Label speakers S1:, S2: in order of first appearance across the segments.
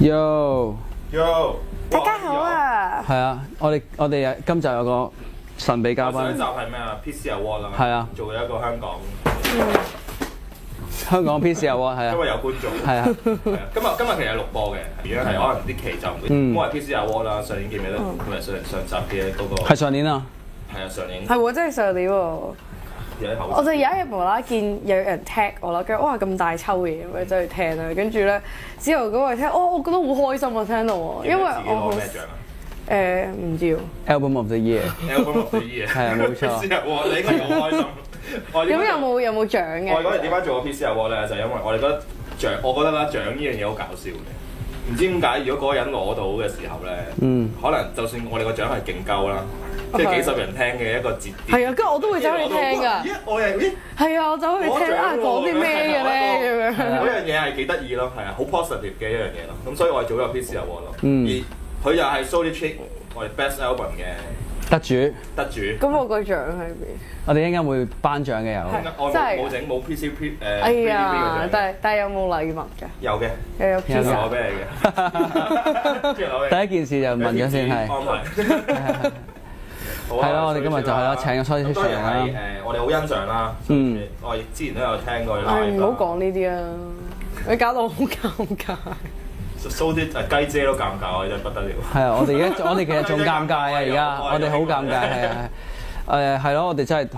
S1: Yo，
S2: Yo，
S3: 大家好！啊！
S1: 係啊，我哋我哋有今集有個神秘嘉
S2: 我上一
S1: 賓
S2: 集，係咩啊？PC Award 啊嘛，
S1: 係啊
S2: 做咗一個香港，
S1: 香港 PC Award 係啊
S2: 因為有觀眾，
S1: 係啊，
S2: 係啊今日今日其實係錄播嘅，而家係可能啲期就唔會，
S1: 嗯
S2: 因為 PC Award 啦，上年記唔記得？
S3: 嗯
S2: 唔係上上集嘅嗰個
S1: 係上年啊，
S2: 係啊，上年
S3: 係喎，真係上年喎！我
S2: 有啲口
S3: 就有一日無啦啦見有人 tag 我啦，跟住哇咁大抽嘅嘢，咁樣走去聽啦。跟住咧之後嗰個聽，哦，我覺得好開心啊，聽到喎，因為
S2: 自己
S3: 我好
S2: 攞咩獎啊
S3: 誒唔知喎，
S1: Album of the Year，
S2: ？Album of the Year
S1: 係啊冇錯
S2: PC Award 你應該好開 心。我
S3: 咁
S2: 點解
S3: 有冇有冇獎
S2: 我嗰日點
S3: 嘅？
S2: 解做個 PC Award 咧？就係因為我哋覺得獎，我覺得啦，獎呢樣嘢好搞笑嘅。唔知點解，如果嗰個人攞到嘅時候咧，
S1: 嗯
S2: 可能就算我哋個獎係勁鳩啦，即係幾十人聽嘅一個節點。
S3: 係啊，跟住我都會走去聽㗎。
S2: 咦，我又咦，
S3: 係啊，我走去聽啊，講啲咩嘅咧咁樣。
S2: 嗰樣嘢係幾得意咯，係啊，好 positive 嘅一樣嘢咯。咁所以我哋做咗個 PC Award 咯。
S1: 嗯
S2: 而佢又係 Sony Chick 我哋 Best Album 嘅
S1: 得主，
S2: 得主。
S3: 咁我個獎喺邊？
S1: 我哋一陣間會頒獎嘅有，
S2: 我
S3: 真係
S2: 冇冇整冇 PC P 誒
S3: 哎
S2: 3D
S3: 呀，
S2: 嘅獎，
S3: 但係但係有冇禮物㗎？
S2: 有嘅，
S3: 又有
S1: 有
S2: 就
S3: pizza
S2: 攞。啊俾你 嘅，即係攞俾你。
S1: 第一件事就問咗先係，
S2: 安排。好啊
S1: 係咯我哋今日就係啦請咗蘇先生
S2: 當然係誒，我哋好欣賞啦。
S1: 嗯，
S2: 我哋之前都有聽過佢
S3: 唉
S2: live 啦。
S3: 哎唔好講呢啲啊，你搞到我好尷尬。
S2: 蘇啲誒雞姐都尷尬，我真係不得了。
S1: 係啊，我哋而家我哋其實仲尷尬啊，而家我哋好尷尬係啊，誒係咯，我哋真係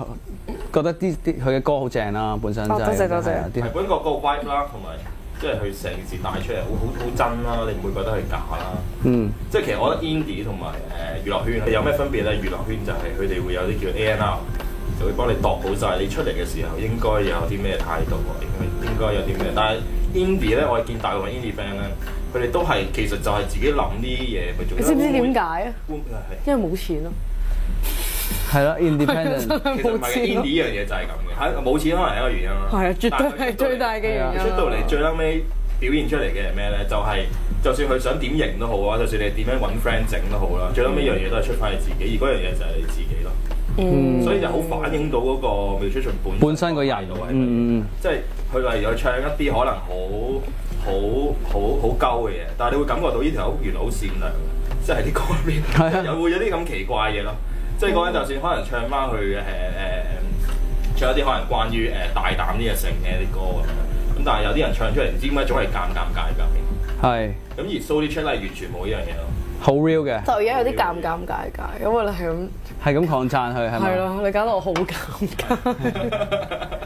S1: 覺得啲啲佢嘅歌好正啦，本身真係
S3: 哦多謝多謝
S1: 係啊啲
S2: 係本國嗰個 vibe 啦，同埋即係佢成件事帶出嚟，好好好真啦，你唔會覺得係假啦。
S1: 嗯
S2: 即係其實我覺得 indie 同埋誒娛樂圈有咩分別咧？娛樂圈就係佢哋會有啲叫 A&R，就會幫你度好晒你出嚟嘅時候應該有啲咩態度啊，應該應該有啲咩。但係 indie 咧，我見大部分 indie band 咧，佢哋都係其實就係自己諗呢啲嘢去做。
S3: 你知唔知點解？啊？
S2: 係
S3: 因為冇錢咯，
S1: 係咯，Independent
S2: 其實唔
S3: 冇
S2: 係
S3: 錢
S2: indie
S3: 咯。
S2: 呢樣嘢就係咁嘅，係冇錢可能係一個原因啦。
S3: 係啊，絕
S2: 但
S3: 對係最大嘅原因
S2: 出
S3: 啦
S2: 到
S1: 哦
S2: 嚟最嬲尾表現出嚟嘅係咩咧？就係、就算佢想點型都好啊，就算你點樣揾 friend 整都好啦，最嬲尾一樣嘢都係出翻你自己，而嗰樣嘢就係你自己咯。
S3: 嗯
S2: 所以就好反映到嗰個 musician 本
S1: 本身個人
S2: 態度係，乜嘢
S1: 嗯嗯
S2: 即係佢例如佢唱一啲可能好好好好鳩嘅嘢，但係你會感覺到呢條友原來好善良嘅，即係啲歌入
S1: 係啊
S2: 面有會有啲咁奇怪嘅嘢咯。即係講緊就算可能唱翻佢誒誒誒，唱一啲可能關於誒、呃大膽啲嘅性嘅啲歌咁樣，咁但係有啲人唱出嚟唔知點解總係尷尷尬尬嘅。
S1: 嗯係
S2: 咁而 Sony Chan 係完全冇呢樣嘢咯。
S1: 好 real 嘅，
S3: 就而家有啲尷尷尬尬，因為你係咁，
S1: 係咁狂讚佢係咪
S3: 係？咯，你搞到我好尷 尬。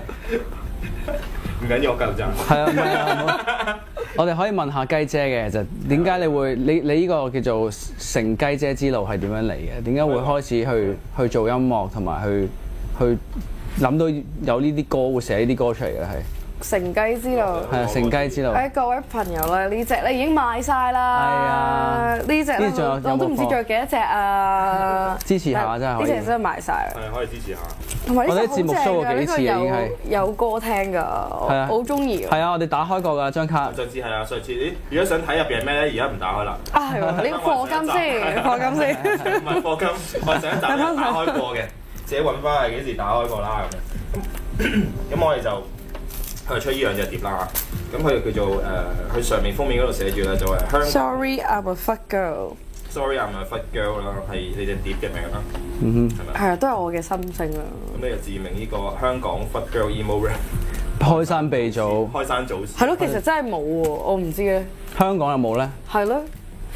S2: 唔緊要，我繼續讚。
S1: 係啊，唔係啊，唔好我哋可以問下雞姐嘅，就點解你
S3: 啊
S1: 會你你呢個叫做成雞姐之路係點樣嚟嘅？點解會開始去去做音樂同埋去去諗到有呢啲歌會寫呢啲歌出嚟嘅係
S3: 成雞之路。
S1: 係啊，成雞之路
S3: 誒各位朋友咧，呢只咧已經賣晒啦，
S1: 係啊
S3: 呢只
S1: 呢隻仲有
S3: 我
S1: 有冇
S3: 我都唔知
S1: 貨
S3: 仲有幾多隻啊！
S1: 支持下真係可以
S3: 呢隻真係賣晒啦，
S2: 係可以支持下。
S3: 同埋呢隻
S1: 我
S3: 好
S1: 覺
S3: 正
S1: 得節目 show 過
S3: 㗎，
S1: 幾次
S3: 呢個
S1: 啊已經係
S3: 有有歌聽㗎，我
S1: 係啊
S3: 我好中意㗎
S1: 係啊，我哋打開過㗎張卡，
S2: 上次係啊，上次咦，如果想睇入邊係咩咧，而家唔打開啦。
S3: 啊係喎，你要課金 先，課金先。
S2: 唔係課金，我上一集有打開過嘅，自己揾翻係幾時打開過啦咁樣。咁咁我哋就佢就出呢樣隻碟啦。咁佢就叫做誒，呃佢、上面封面嗰度寫住咧，就係香
S3: Sorry, I'm a fuck girl。
S2: Sorry I'm a Fat Girl 啦，係你隻碟嘅名啦，
S1: 嗯
S2: 係咪？
S3: 係啊，都係我嘅心聲啊。
S2: 咁你就致命呢個香港 Fat Girl Emo Rap
S1: 哼，開山鼻祖，
S2: 開山祖師
S3: 係咯，其實真係冇喎，我唔知咧。
S1: 香港有冇咧？
S3: 係咯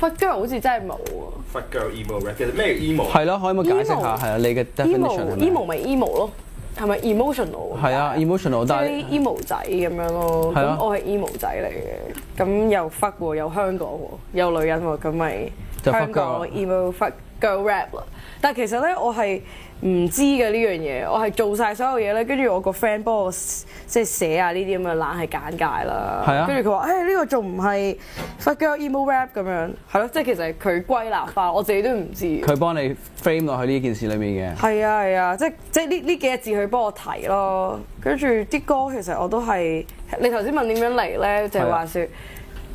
S3: ，fuck girl 好似真係冇喎。
S2: Fat Girl Emo Rap，其實咩叫 emo？
S1: 係咯，可唔可以解釋下
S3: Emo
S1: 係啊？你嘅 definition 係
S3: emo
S1: 咪
S3: emo 咪 emo 咯，係咪 emotional？
S1: 係啊，emotional，
S3: 即
S1: 但
S3: 係
S1: 係
S3: 啲 emo 仔咁樣咯。
S1: 係啊
S3: 咁我係 emo 仔嚟嘅，咁又 fuck 喎，又香港喎，又女人喎，咁咪
S1: 就 fuck
S3: 香港
S1: girl
S3: emo fuck girl rap 啦。但係其實咧，我係唔知嘅呢樣嘢，我係做晒所有嘢咧，跟住我個 friend 幫我 s- 即係寫啊呢啲咁嘅懶係簡介啦。
S1: 係啊
S3: 跟住佢話：誒哎呢個仲唔係 fuck girl emo rap 咁樣？係咯，即係其實係佢歸納化，我自己都唔知。
S1: 佢幫你 frame 落去呢件事裡面嘅，
S3: 係啊係啊，即即呢呢幾隻字去幫我睇咯，跟住啲歌其實我都係你頭先問點樣嚟咧，
S1: 啊
S3: 就係話説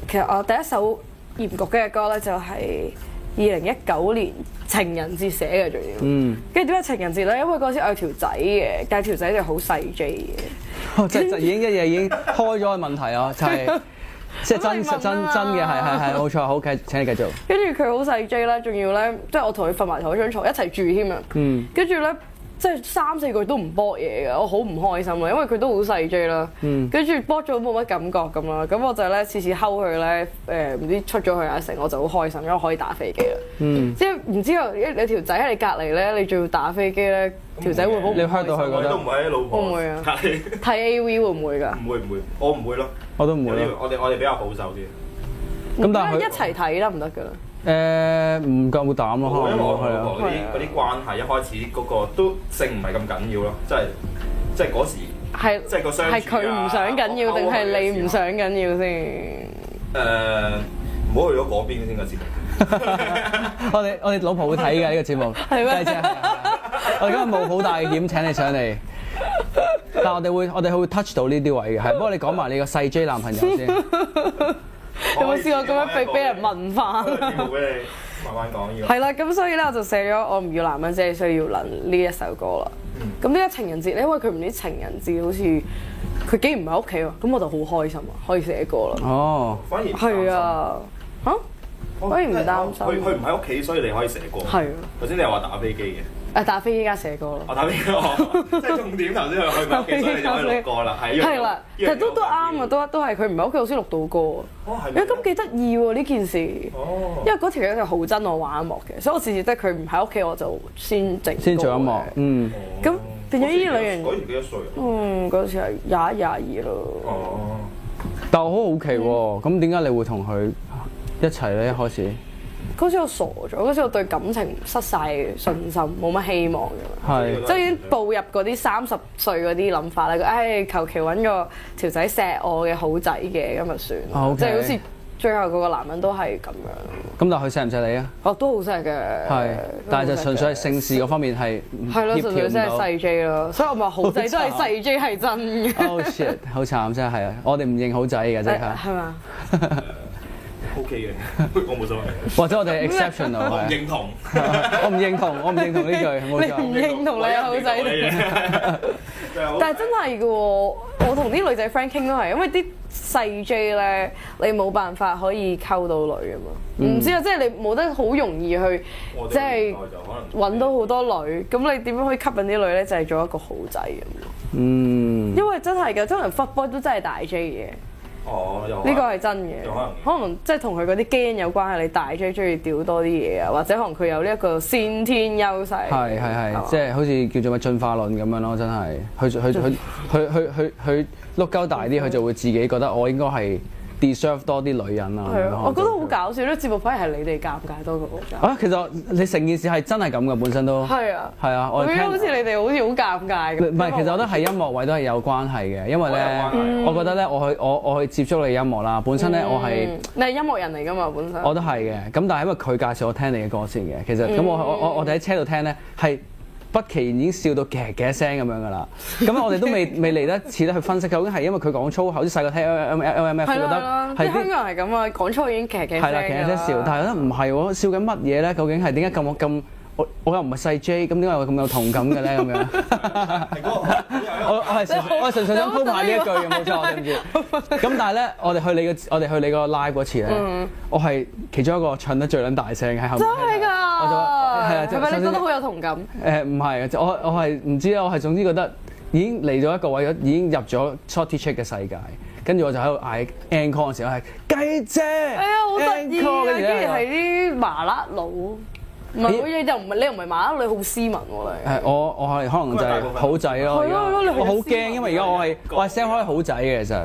S3: 其實我第一首鹽焗雞嘅歌咧就係二零一九年情人節寫嘅，仲要。
S1: 嗯，
S3: 跟住點解情人節咧？因為嗰時我有條仔嘅，但係條仔就好細 J 嘅。
S1: 哦就就已經一嘢已經開咗個問題啊，就係即係
S3: 咁
S1: 真
S3: 你
S1: 實
S3: 問
S1: 真
S3: 啊
S1: 真嘅，係係係冇錯，好，繼請你繼續。
S3: 跟住佢好細 J 啦，仲要咧，即係我同佢瞓埋同一張床，一齊住添啊。
S1: 嗯
S3: 跟住咧，即係三四個月都唔搏嘢嘅，我好唔開心啊，因為佢都好細 J 啦。
S1: 嗯
S3: 跟住搏咗冇乜感覺咁啦，咁我就咧次次睺佢咧，誒、唔知出咗去啊成，我就好開心，因為我可以打飛機啦。
S1: 嗯，
S3: 即係唔知道你條仔喺你隔離咧，你仲要打飛機咧，條仔會好唔
S1: 你
S3: 開心
S1: hurt 到佢覺
S4: 我都
S1: 得
S4: 唔，係老婆，
S3: 會唔會啊
S4: 但係
S3: 睇 A V 會唔會㗎？
S4: 唔會唔會，我唔會咯。
S1: 我都唔
S4: 有
S1: 會
S4: 啲
S1: 咯。
S4: 我哋我哋比較保守啲，
S1: 咁但係
S3: 而
S1: 佢
S3: 家一齊睇得唔得㗎啦？
S1: 誒唔夠膽咯，可
S4: 因為
S1: 能
S4: 我
S1: 係
S4: 老
S1: 啊。
S4: 婆嗰啲嗰啲關係一開始嗰個都性唔係咁緊要咯，即係即係嗰時
S3: 係
S4: 即係個相處啊
S3: 係佢唔想緊要定係你唔想緊要先？
S4: 誒呃唔好去咗嗰邊先個節目。
S1: 我哋我哋老婆會睇嘅呢個節 目，
S3: 係咩
S1: 雞姐係啊我哋今日冇好大嘅險請你上嚟，但係我哋會我哋會 touch 到呢啲位嘅，係。不過你講埋你個細 J 男朋友先，
S3: 有冇試過咁樣被俾人問翻？
S4: 節目俾你慢慢講呢個。
S3: 係啦，咁所以咧我就寫咗我唔要男人，只係需要能呢一首歌啦。咁呢一情人節咧，因為佢唔知情人節好似佢竟然唔喺屋企喎，咁我就好開心啊，可以寫歌啦。
S1: 哦，
S4: 反而唔擔心
S3: 係，啊，嚇
S4: 我
S3: 反而唔擔心
S4: 佢佢唔喺屋企，所以你可以寫歌。
S3: 係啊，
S4: 頭先你又話打飛機嘅，哦
S3: 誒啊打飛機而家寫歌啦。
S4: 我打飛機 我即係重點。頭先佢去唔喺屋企，所以你就可以錄歌啦。
S2: 啊
S4: 係呢樣
S3: 係啦，其實都都啱啊，。
S4: 呢樣嘢好緊要
S3: 都都係佢唔喺屋企，我先錄到歌啊。
S4: 哦係
S3: 因
S4: 咩
S3: 為咁幾得意喎呢件事。
S4: 哦
S3: 因為嗰條友就好憎我玩音樂嘅，所以我次次得佢唔喺屋企我就先整
S1: 先做音樂
S3: 歌，嘅
S1: 嗯，
S3: 咁變咗呢兩樣
S4: 嗰時幾多歲啊？
S3: 嗯，嗰時係廿一廿二咯。
S4: 哦，
S1: 但我好好奇喎，咁點解你會同佢一齊咧？一開始
S3: 嗰時我傻咗，嗰時我對感情失晒信心，冇乜希望嘅，
S1: 係
S4: 嗯
S3: 即係已經步入嗰啲三十歲嗰啲諗法啦。唉，求其揾個條仔錫我嘅好仔嘅咁就算啦，
S1: 啊，OK
S3: 即係好似最後嗰個男人都係咁
S1: 咁，
S3: 樣，
S1: 但係佢錫唔錫你啊？
S3: 我都好錫呃嘅。
S1: 係，但係就純粹係
S3: 係
S1: 性事嗰方面係
S3: 係咯，
S1: 協
S3: 純粹真
S1: 調唔
S3: 係
S1: 到。
S3: 細 J 咯，所以我咪好仔都係
S1: 好慘啊
S3: 細 J 係真嘅，
S1: Oh shit！好慘真係啊！我哋唔認好仔嘅即刻，
S3: 係嘛？
S4: OK 嘅， 我冇所謂，
S1: 或者我哋 exceptional
S4: 我唔
S1: 係啊
S4: 認同。
S1: 我唔認同，我唔認同呢 句冇
S3: 你唔
S1: 錯。
S3: 認同你係好仔定？ 但係真係嘅喎，我同啲女仔 friend 傾都啊係，因為啲細 J 咧，你冇辦法可以溝到女啊嘛。
S1: 嗯
S3: 唔知啊，即係你冇得好容易去，即係揾到好多女。咁你點樣可以吸引啲女咧？就係、做一個好仔咁咯。
S1: 嗯，
S3: 因為真係嘅，真人 fuck boy 都真係大 J
S4: 哦，
S3: 嘅，呢個係真嘅
S4: 有可能。
S3: 可能即係同佢嗰啲基因有關係，你大 J 中意屌多啲嘢啊，或者可能佢有呢一個先天優勢。
S1: 係係
S3: 嘛
S1: 係，即係好似叫做咩進化論咁樣咯，真係。佢佢佢佢佢佢佢碌鳩大啲，佢就會自己覺得我應該係 deserve 多啲女人啊。
S3: 係啊，我覺得好
S1: 咁樣
S3: 搞笑咧，節目反而係你哋尷尬多過我尷尬。
S1: 啊，其實你成件事係真係咁嘅，本身都
S3: 係啊，
S1: 係啊，
S3: 我
S1: 我
S3: 覺
S1: 哋
S3: 得好似
S1: 聽。
S3: 你哋好似好尷尬咁。
S1: 唔係，其實我覺得係音樂位都係有關係嘅，因為
S4: 我有
S1: 咧
S4: 關，係
S1: 我覺得咧，我去我我去接觸你嘅音樂啦，本身咧我係。
S3: 嗯你係音樂人嚟㗎嘛，本身。
S1: 我都係嘅，咁但係因為佢介紹我聽你嘅歌先嘅，其實咁我我我我哋喺車度聽咧係。不期然已經笑到嘅嘅聲咁樣噶啦，咁我哋都未未嚟得切得去分析，究竟係因為佢講粗口，啲細個聽 L M L M F
S3: 係
S1: 覺
S3: 啦
S1: 得
S3: 係啦，啲
S1: 啲
S3: 香港人係咁啊，講粗已經騎騎聲
S1: 係啦，其實聲笑，但係覺得唔係喎，笑緊乜嘢咧？究竟係點解咁我咁我我又唔係細 J，咁點解我咁有同感嘅咧？咁樣我我係純我係純粹想鋪排呢一句嘅，冇錯，對唔住。 咁但係咧，我哋去你個我哋去你個 live 嗰次咧，我係其中一個唱得最撚大聲喺後面
S3: 嗯真
S1: 聽
S3: 係
S1: 到。我就話係啊
S3: 㗎，
S1: 即係
S3: 係咪
S1: 首
S3: 你
S1: 先
S3: 覺得好有同感？
S1: 誒唔係嘅，我我係唔知啊啦，我係總之覺得已經嚟咗一個位，已經入咗 shorty check 嘅世界，跟住我就喺度嗌 encore 嘅時候係雞姐，
S3: 哎呀，好得意啊！
S1: 跟
S3: 跟
S1: 住
S3: 住
S1: 咧
S3: 係啲麻甩佬，唔係好嘢又唔係你又唔係麻甩佬，好斯文喎你。
S1: 誒我我係可能就係好仔咯，
S3: 係
S1: 而家
S3: 咯係咯你好
S1: 我好
S3: 斯
S1: 驚，
S3: 文
S1: 因為而家我係我係 sell 開好仔嘅其實，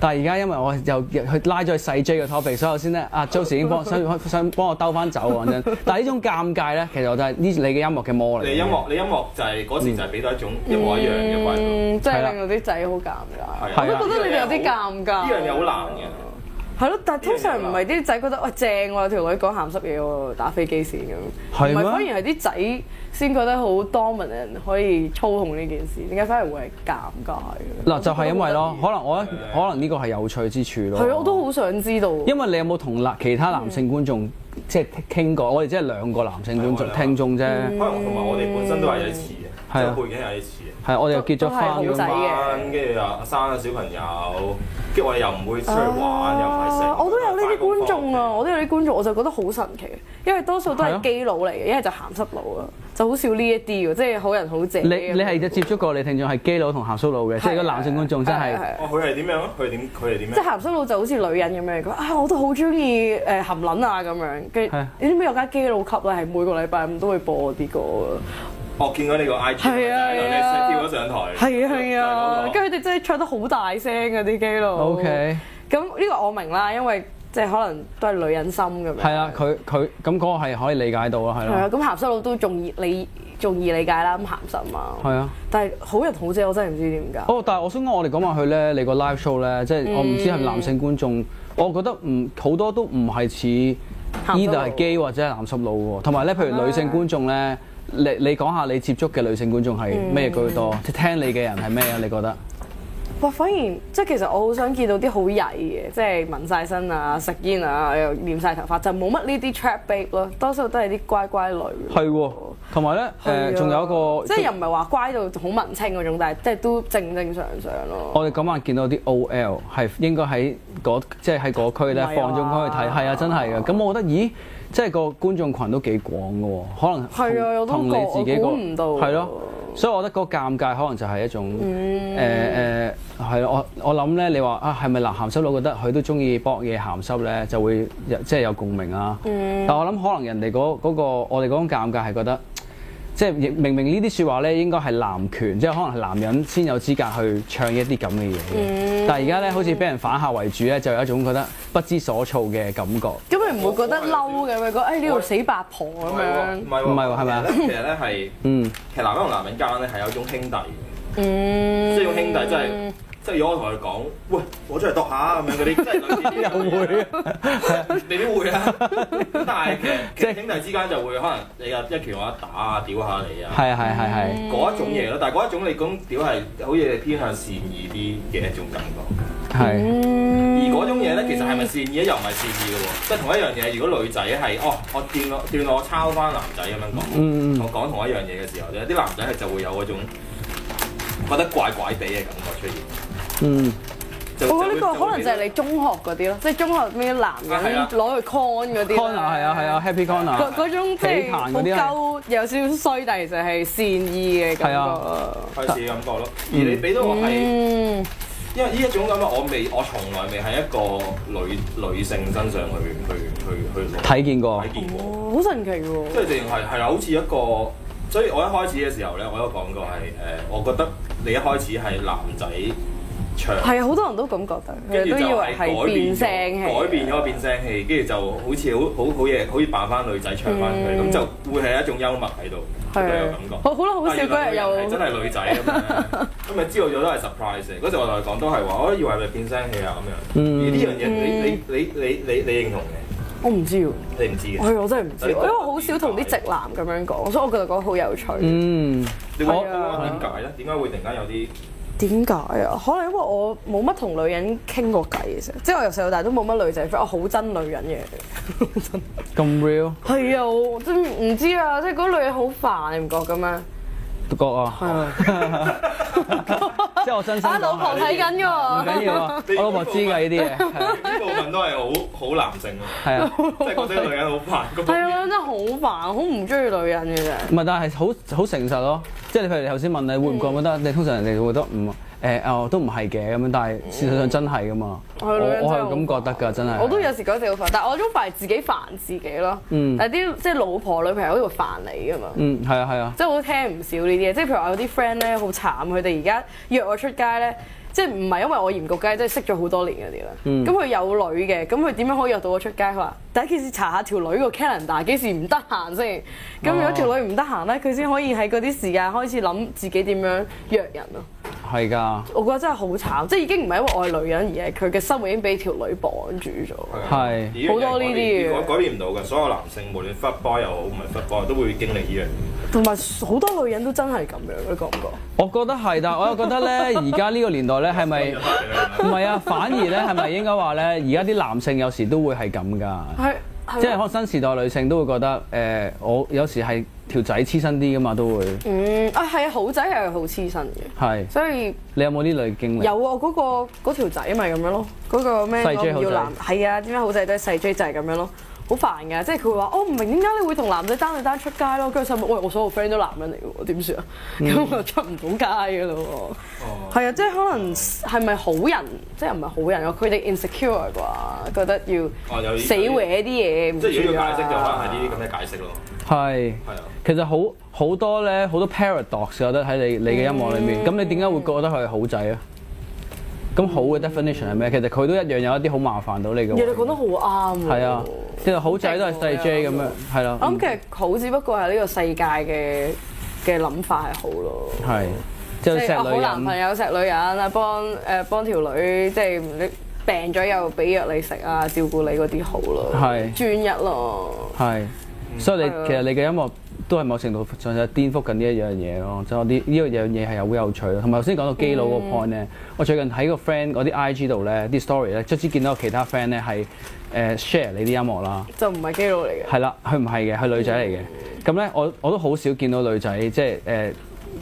S1: 但係而家因為我又去拉咗去細 J 嘅 topic，所以我先咧阿 Josie 已經幫想想幫我兜翻走講真，但係呢種尷尬咧，其實我就係呢你嘅音樂嘅魔嚟嘅。
S4: 你音樂，你音樂就係
S1: 嗯
S4: 嗰時就係俾到一種一模一樣嘅氛圍。
S3: 嗯，即
S1: 係
S3: 係
S1: 啦
S3: 令到啲仔好尷尬。
S4: 係啊
S3: 我都覺得你哋有啲尷
S4: 呢
S3: 尬。
S4: 樣嘢好難嘅，
S3: 係咯，但係通常唔係啲仔覺得喂正喎，有條女講鹹濕嘢喎，打飛機線咁，
S1: 係
S3: 唔
S1: 咩
S3: 係反而係啲仔先覺得好 dominant 可以操控呢件事，點解反而會係尷尬嘅？
S1: 嗱就係因為咯，可能我覺得可能呢個係有趣之處咯。
S3: 係咯，啊我都好想知道。
S1: 因為你有冇同男其他男性觀眾即係傾過？我哋即係兩個男性觀眾
S4: 係我哋
S1: 聽眾啫，
S2: 嗯
S3: 嗯
S4: 可能同埋我哋本身都係有啲似嘅，
S1: 係
S4: 即係
S1: 啊
S4: 背景係有啲似嘅。
S1: 係我哋又結咗婚
S3: 都係好
S1: 咁
S3: 仔
S1: 嘛。
S4: 跟住又生咗小朋友，
S2: 跟住我哋又唔會出去玩，又唔係
S3: 啊
S2: 成。
S3: 我都有呢啲觀眾啊，我都有啲觀眾，我就覺得好神奇，因為多數都
S1: 係啊
S3: 係基佬嚟嘅，一係就鹹濕佬啊，就好少呢一啲喎，即係好人好姐。
S1: 你你係就接觸過你聽眾係基佬同鹹叔佬嘅，即係個男性觀眾真
S3: 係
S1: 係
S3: 啊係啊
S2: 哦，佢係點樣啊？佢係點？佢係點
S3: 即
S2: 樣
S3: 係？鹹濕佬就好似女人咁樣，佢啊我都好中意誒含撚啊咁樣，跟住
S1: 係
S3: 你知唔知有間基佬級咧係每個禮拜五都會播啲歌啊嘅。
S2: 我哦見過你個 IG，
S3: 係啊
S2: 就係
S3: 係啊
S2: 你跳咗上台，
S3: 係啊係啊，
S2: 就係嗰個
S3: 跟住佢哋真係唱得好大聲嗰啲基佬。
S1: OK
S3: 咁呢個我明啦，因為即係可能都係女人心咁樣。
S1: 係啊啦，佢佢咁嗰個係可以理解到啦，係
S3: 係啊，
S1: 啦，
S3: 咁鹹濕佬都仲易理，仲易理解啦，咁鹹濕啊。
S1: 係啊。
S3: 但係好人好姐，我真係唔知點解。
S1: 哦，但係我想講，我哋講埋去咧，你個 live show 咧，即係我唔知係咪男性觀眾，我覺得唔好多都唔係似
S3: 佬
S1: either 係基或者係男濕佬喎。同埋咧，譬如女性觀眾咧，你你講下你接觸嘅女性觀眾係咩居多？即係聽你嘅人係咩啊？你覺得？
S3: 哇！反而即係其實我好想見到啲好曳嘅，即係紋晒身啊、食煙啊、又染晒頭髮，就冇乜呢啲 trap babe 咯，多數都係啲乖乖女。
S1: 係喎，同埋咧
S3: 係啊
S1: 誒，仲有一個
S3: 即係又唔係話乖到好文青嗰種，但係即係都正正常常咯。
S1: 我哋今晚見到啲 OL 係應該喺嗰即係喺嗰區咧
S3: 唔係啊
S1: 放中區去睇，係啊，真係嘅。咁我覺得，咦，即係個觀眾群都幾廣嘅喎，可能
S3: 係啊我都
S1: 同同你
S3: 覺
S1: 自己個
S3: 我估唔到
S1: 係咯，所以我覺得嗰個尷尬可能就係一種
S3: 嗯
S1: 誒誒係咯我我諗咧，你話啊係咪男鹹濕佬覺得佢都中意搏嘢鹹濕咧，就會有即係有共鳴啊？
S3: 嗯
S1: 但我諗可能人哋嗰嗰個我哋嗰種尷尬係覺得。即係明明呢啲説話咧，應該係男權，即係可能係男人先有資格去唱一啲咁嘅嘢。
S3: 嗯
S1: 但係而家咧，好似俾人反客為主咧，就有一種覺得不知所措嘅感覺。
S3: 咁你唔會覺得嬲嘅，咪覺得誒哎呢度死八婆
S2: 唔
S3: 咁
S2: 係喎，
S3: 樣
S2: 唔。係喎，
S1: 唔係喎係咪啊
S2: 其實咧係，
S1: 嗯，
S2: 其實男人同男人間咧係有一種兄弟嘅。
S3: 嗯，
S2: 即係用兄弟真係，即係如果我同佢講，喂，我出嚟度下咁樣嗰啲， 即係類似呢啲
S1: 又會
S2: 未必會啊。咁但係其實 其實兄弟之間就會可能你又一拳我一打啊，屌下你啊，
S1: 係啊係啊係啊係啊。
S2: 嗰一種嘢咯。但係嗰一種你講屌係好似偏向善意啲嘅一種感覺。
S1: 係啊
S2: 而
S3: 嗯
S2: 嗰種嘢咧，其實係咪善意咧？又唔係善意嘅喎。即係同一樣嘢，如果女仔係哦，我見我見我抄翻男仔咁樣講，
S1: 嗯嗯嗯
S2: 我講同一樣嘢嘅時候咧，啲男仔係就會有嗰種覺得怪怪地嘅感覺出現。
S1: 嗯，
S2: 就
S3: 我覺得呢
S2: 就會
S3: 個
S2: 啊
S3: 可能就係你中學嗰啲咯，即係中學咩男人攞去 con 嗰啲
S1: c
S3: 呢
S1: o n r 係啊係啊，Happy c o n
S3: 嗰
S1: r
S3: 嗰種即係好
S1: 起彈嗰啲啊
S3: 鳩，有少少衰，但係就係善意嘅感
S1: 係
S3: 覺
S1: 啊。
S2: 開始嘅感覺咯。而你俾到我係，
S3: 嗯，
S2: 因為呢一種感覺，我未，我從來未喺一個女女性身上去去去去
S1: 睇見過
S2: 睇見過，
S3: 哦好神奇
S2: 即
S3: 喎！
S2: 係淨係係啊好似一個。所以我一開始嘅時候咧，我有講過係誒、我覺得你一開始係男仔唱，
S3: 係啊，好多人都咁覺得，
S2: 跟
S3: 佢哋
S2: 住
S3: 都
S2: 就
S3: 以
S2: 係
S3: 為係
S2: 改
S3: 變
S2: 變咗
S3: 聲器，
S2: 改變咗個變聲器，跟住就好似好好好嘢，好似扮翻女仔唱翻佢，咁、
S3: 嗯
S2: 就會係一種幽默喺度，都
S3: 係
S2: 有感覺。
S3: 好好啦，好少嗰日
S2: 係真
S3: 又
S2: 係女仔咁 樣，咁咪知道咗都係 surprise 嘅。嗰時我同佢講都係話，哦我以為係咪變聲器啊咁樣。
S3: 嗯
S2: 而呢樣嘢你你你你你你認同嘅，
S3: 我唔知喎。
S2: 你唔知嘅。
S3: 係，我真係唔知，因為我好少同啲直男咁樣講，所以我覺得講好有趣。
S1: 嗯，
S2: 你會
S1: 我
S3: 啊
S2: 點解咧？點解會突然間有啲
S3: 點解啊？可能因為我冇乜同女人傾過偈嘅啫，即係我由細到大都冇乜女仔 friend，我好憎女人嘅。
S1: 咁 real
S3: 係啊，我真唔知啊，即係嗰女人好煩，你唔覺嘅咩？
S1: 覺啊！ 即
S2: 哦
S1: 係我真心
S3: 啊，老
S1: 講
S3: 婆
S1: 係
S3: 睇緊㗎
S1: 唔
S3: 喎。
S1: 緊要啊，我老婆知㗎呢啲嘢，係啊
S2: 呢部分都係好好男性 啊？
S1: 係啊。
S2: 即係覺得女人好煩咁。
S3: 係啊，女人真係好煩，好唔中意女人嘅啫。
S1: 唔係，但係好好誠實咯。即係你譬如你頭先問你會唔
S3: 嗯
S1: 會覺得，你通常人哋會覺得唔誒哦都唔係嘅咁樣，但係事實上真係噶嘛。
S3: 嗯係
S1: 我
S3: 女人
S1: 我
S3: 真係好
S1: 係咁覺得㗎，真係。
S3: 我都有時嗰時好煩，但係我都煩自己煩自己咯。
S1: 嗯
S3: 但係啲即係老婆女朋友都會煩你㗎嘛。
S1: 嗯係啊係啊，
S3: 即係我都聽唔少呢啲嘢，即係譬如話有啲 friend 咧好慘，佢哋而家約我出街咧，即係唔係因為我鹽焗雞，即係識咗好多年嗰啲啦。
S1: 嗯
S3: 咁佢、有女嘅，咁佢點樣可以約到我出街？佢話第一件事查下條女個 calendar 幾時唔得閒
S1: 哦
S3: 先，咁如果條女唔得閒咧，佢先可以喺嗰啲時間開始諗自己點樣約人咯。
S1: 係㗎，
S3: 我覺得真係好慘，即係已經唔係因為我係女人，而係佢嘅生活已經俾條女綁住咗。
S1: 係
S2: 呢樣嘢
S3: 好多呢啲嘢
S2: 改變改變唔到嘅，所有男性無論 fuck boy 又好，唔係 fuck boy 都會經歷呢樣嘢。
S3: 同埋好多女人都真係咁樣，你覺唔覺？
S1: 我覺得係，但係我又覺得 咧，而家呢個年代咧係咪唔係啊？反而咧係咪應該話咧，而家啲男性有時都會係咁㗎。
S3: 係係
S1: 呃即係可能新時代女性都會覺得誒、我有時係條仔黐身啲噶嘛，都會
S3: 嗯，啊係啊，好仔係好黐身嘅，
S1: 係。
S3: 所以
S1: 你有冇呢類經歷？
S3: 有啊，嗰、個嗰條仔咪咁樣咯，嗰、個咩
S1: 細
S3: 我
S1: J
S3: 唔要男
S1: 好
S3: 係啊，點解好仔都係細 J 就係咁樣咯，好煩㗎，即係佢會話哦我唔明點解你會同男仔單對單出街咯，跟住細妹喂我所有 friend 都男人嚟喎，點算啊？
S1: 嗯
S3: 咁我出唔到街㗎咯喎，係啊，即係可能係咪好人，即係唔係好人啊？佢哋 insecure 啩，覺得
S4: 哦有
S3: 要
S4: 呢
S3: 死搲啲嘢唔
S4: 即係如
S3: 住
S4: 果要
S3: 啊，
S4: 解釋就可能
S1: 嗯
S4: 係呢啲咁嘅解釋咯。
S1: 係。
S4: 係啊，
S1: 其實好好多咧，好多 paradox，我覺得喺你你嘅音樂裏
S3: 嗯
S1: 面。咁、你點解會覺得佢係好仔啊？咁好嘅 definition 係咩？其實佢都一樣有一啲好麻煩到你嘅
S3: 嘢你
S1: 位。
S3: 講得好啱喎
S1: 係啊，其實好仔都係細 J 咁樣，係嗯啦。
S3: 我諗其實好，只不過係呢個世界嘅嘅諗法係好咯。
S1: 係，即係
S3: 係啊
S1: 錫
S3: 好男
S1: 女
S3: 朋
S1: 人。
S3: 友錫女人啊，幫誒幫條女即係你病咗又俾藥你食啊，照顧你嗰啲好咯。
S1: 係
S3: 專一咯。
S1: 係，所以你
S3: 係啊
S1: 其實你嘅音樂都係某程度上就顛覆緊呢一樣嘢咯，即係我啲呢樣嘢係好有趣咯。同埋頭先講到基佬嗰
S3: 嗯
S1: 個 point 咧，我最近喺個 friend 嗰啲 IG 度咧啲 story 咧，卒之見到有其他 friend 咧係誒 share 你啲音樂啦。
S3: 就唔係基佬嚟嘅，
S1: 係啦，佢唔係嘅，佢女仔嚟嘅。
S3: 嗯
S1: 咁咧，我我都好少見到女仔即係誒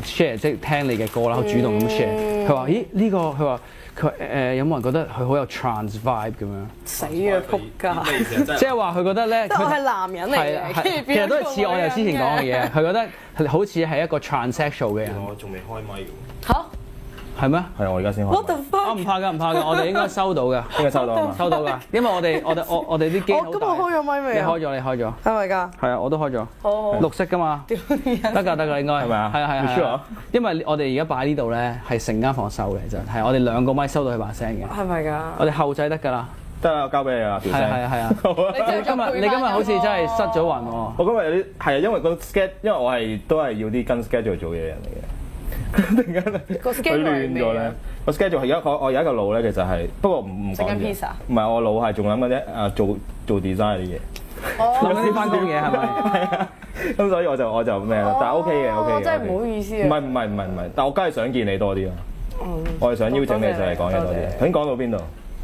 S1: share 即係聽你嘅歌啦，好主
S3: 嗯
S1: 動咁 share。佢話：咦呢個佢話佢話誒有冇人覺得佢好有 trans vibe 咁樣？
S3: 死啊仆街！
S4: 咩意思啊？
S1: 即係話 佢覺得咧，
S3: 即係我係
S1: 佢
S3: 男人嚟
S1: 係啊係
S3: 嘅，跟住
S1: 其
S3: 變
S1: 實
S3: 咗
S1: 都係似我哋之前講嘅
S3: 個女人
S1: 嘢。佢覺得好似係一個 transsexual 嘅人，
S4: 我仲未開咪喎。
S3: 嚇
S1: 係咩？
S2: 係我而家先
S3: ，what
S2: 開
S3: the
S2: 麥，
S1: 我
S3: fuck！
S1: 哦唔怕㗎，唔怕 㗎，我哋應該收到㗎，
S2: 應該收到啊嘛。
S1: 收到㗎，因為我哋我哋我我哋啲機
S3: 哦我
S1: 好
S3: 今日
S1: 大。
S3: 開咗哦咪
S1: 你
S3: 未啊
S1: 開？咗，你開咗。
S3: 係咪㗎？
S1: 係啊，我都開咗。
S3: 好好。
S1: 綠色㗎嘛。得㗎得㗎，應該係
S2: 咪啊
S1: 係啊係啊
S2: 你
S1: 係
S2: sure？
S1: 啊，因為我哋而家擺呢度咧係成間房收嘅，真係我哋兩個咪收到佢把聲嘅，
S3: 係咪㗎？
S1: 我哋後製得㗎啦。
S2: 得啦，我交俾你啦，條
S1: 係啊係啊
S2: 聲。
S1: 係啊。
S2: 好啊
S3: 你就
S1: 你今日你今日好似真係失咗魂喎。
S2: 我今日有啲係啊，因為個 schedule，因為我係都係要啲跟 schedule 做嘢嘅人嚟嘅。突然間咧，
S3: 個
S2: 佢
S3: schedule 係
S2: 亂
S3: 咩
S2: 咗
S3: 啊
S2: 咧。個 schedule 係而家我我而家個腦咧，其實係不過唔唔
S3: 食
S2: 講
S3: 緊
S2: 嘢
S3: pizza
S2: 唔係我腦係仲諗緊啲啊做做 design 啲嘢。
S1: 諗緊啲翻工嘢係咪？
S2: 咁所以我就我就咩啦，但係 OK 嘅
S3: 哦
S2: OK 嘅。
S3: 真係
S2: OK
S3: 唔好意思啊嗯
S2: 唔係唔係唔係唔係，但我梗係想見你多啲咯。我係想邀請你上嚟講嘢多
S3: 多謝
S2: 啲。
S3: 你
S2: 頭先講到邊度？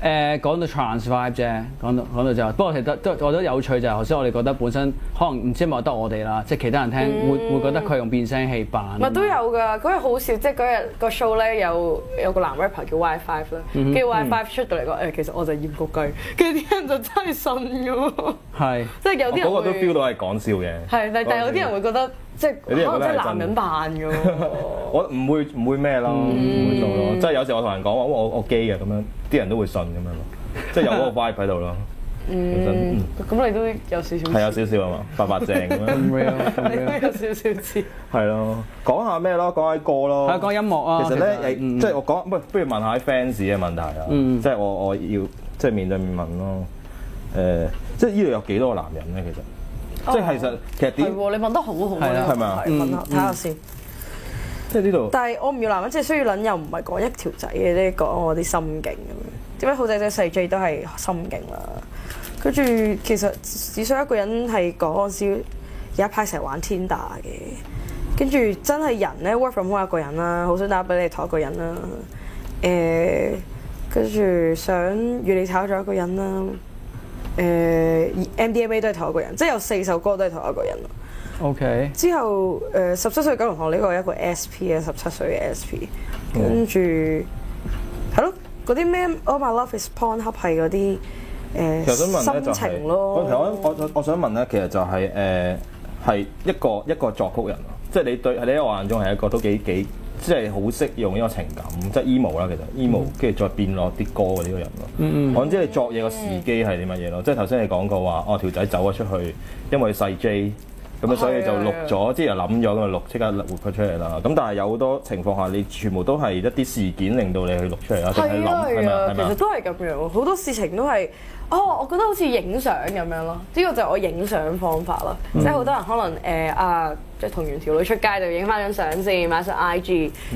S1: 誒講到 trans vibe 啫，講到講到就，不過其實都我覺得有趣就係頭先我哋覺得本身可能唔知係咪得我哋啦，即係其他人聽會會覺得佢用變聲器扮。
S2: 嗯
S3: 咪都有㗎，嗰日好笑，即係嗰日個 show 咧有有個男 rapper 叫 Y Five 啦，
S2: 嗯
S3: 跟住 Y Five 出到嚟講誒，其實我就係醃焗雞，跟住啲人就真係信嘅喎，
S1: 係。
S3: 即係有啲人
S2: 哦嗰個都 feel
S3: 到
S2: 到係講笑嘅。
S3: 係，但但有啲人會覺得即係可
S2: 有啲人覺得係
S3: 能真係
S2: 真
S3: 男人扮嘅 喎，
S2: 我唔會唔會咩咯，
S3: 嗯
S2: 唔會做咯。即係有時我同人講話，我我 gay 嘅咁樣，啲人都會信咁樣咯。即係有 嗰個 vibe 喺度咯。本身嗯
S3: 咁你都有少少
S2: 係有
S3: 似，
S2: 少少啊嘛，白白淨咁樣。
S1: 咁 real 咁
S3: 你
S1: real
S3: 都有少少似，
S2: 係咯，講下咩咯？講下歌咯。
S1: 係講音樂啊
S2: 其實咧，
S1: 其實嗯
S2: 誒即係我講，不不如問下啲 fans 嘅問題啊。
S1: 嗯
S2: 即係我我要即係面對面問咯。誒，即係呢度有幾多個男人咧？其實，即係其實其實
S3: 係
S2: 點？
S3: 喎，你問得好好
S1: 係啦
S3: 啊，
S2: 係咪啊
S3: 問下睇下先。
S2: 即係呢度
S3: 但係我唔要男人，即係需要撚又唔係講一條仔嘅咧，講我啲心境咁樣。點解好仔仔細 J 都係心境啦？跟住其實只想一個人係講嗰陣時，有一排成日玩 Tinder 嘅，跟住真係人咧 work from home 一個人啦，好想打俾你同一個人啦，誒、跟住想與你炒咗一個人啦，誒、MDMA 都係同一個人，即係有四首歌都係同一個人啊咯。
S1: OK。
S3: 之後誒十七歲九龍塘呢個係一個 SP 嘅十七歲嘅 SP，跟
S2: 哦
S3: 住係咯嗰啲咩 All My Love Is Pornhub 係嗰啲
S2: 其實我想問咧
S3: 誒
S2: 就
S3: 心
S2: 係、我
S3: 情
S2: 其實
S3: 咯
S2: 我，我我我想問咧，其實就係、誒、呃係一個一個作曲人，啊即係你對你喺我眼中係一個都幾幾即係好識用呢個情感，即係 emo 啦，其實 emo
S3: 嗯
S2: 跟住再變落啲歌嘅呢個人咯。我唔知你作嘢個時機係啲乜嘢咯，即係頭先你講過話，哦條仔走咗出去，因為細 J。咁啊樣所以就錄
S3: 哦啊
S2: 咗，即係諗咗咁啊就錄，即刻活咗出嚟啦。咁但係有好多情況下，你全部都係一啲事件令到你去錄出嚟啦，定係
S3: 係啊
S2: 諗係
S3: 係
S2: 咪
S3: 啊
S2: 係，
S3: 其
S2: 咪啊
S3: 實？都係咁樣，好多事情都係哦，我覺得好似影相咁樣咯，呢個就係我影相方法啦，
S2: 嗯
S3: 即係好多人可能誒啊，即係同完條女出街就影翻張相先，買上 IG，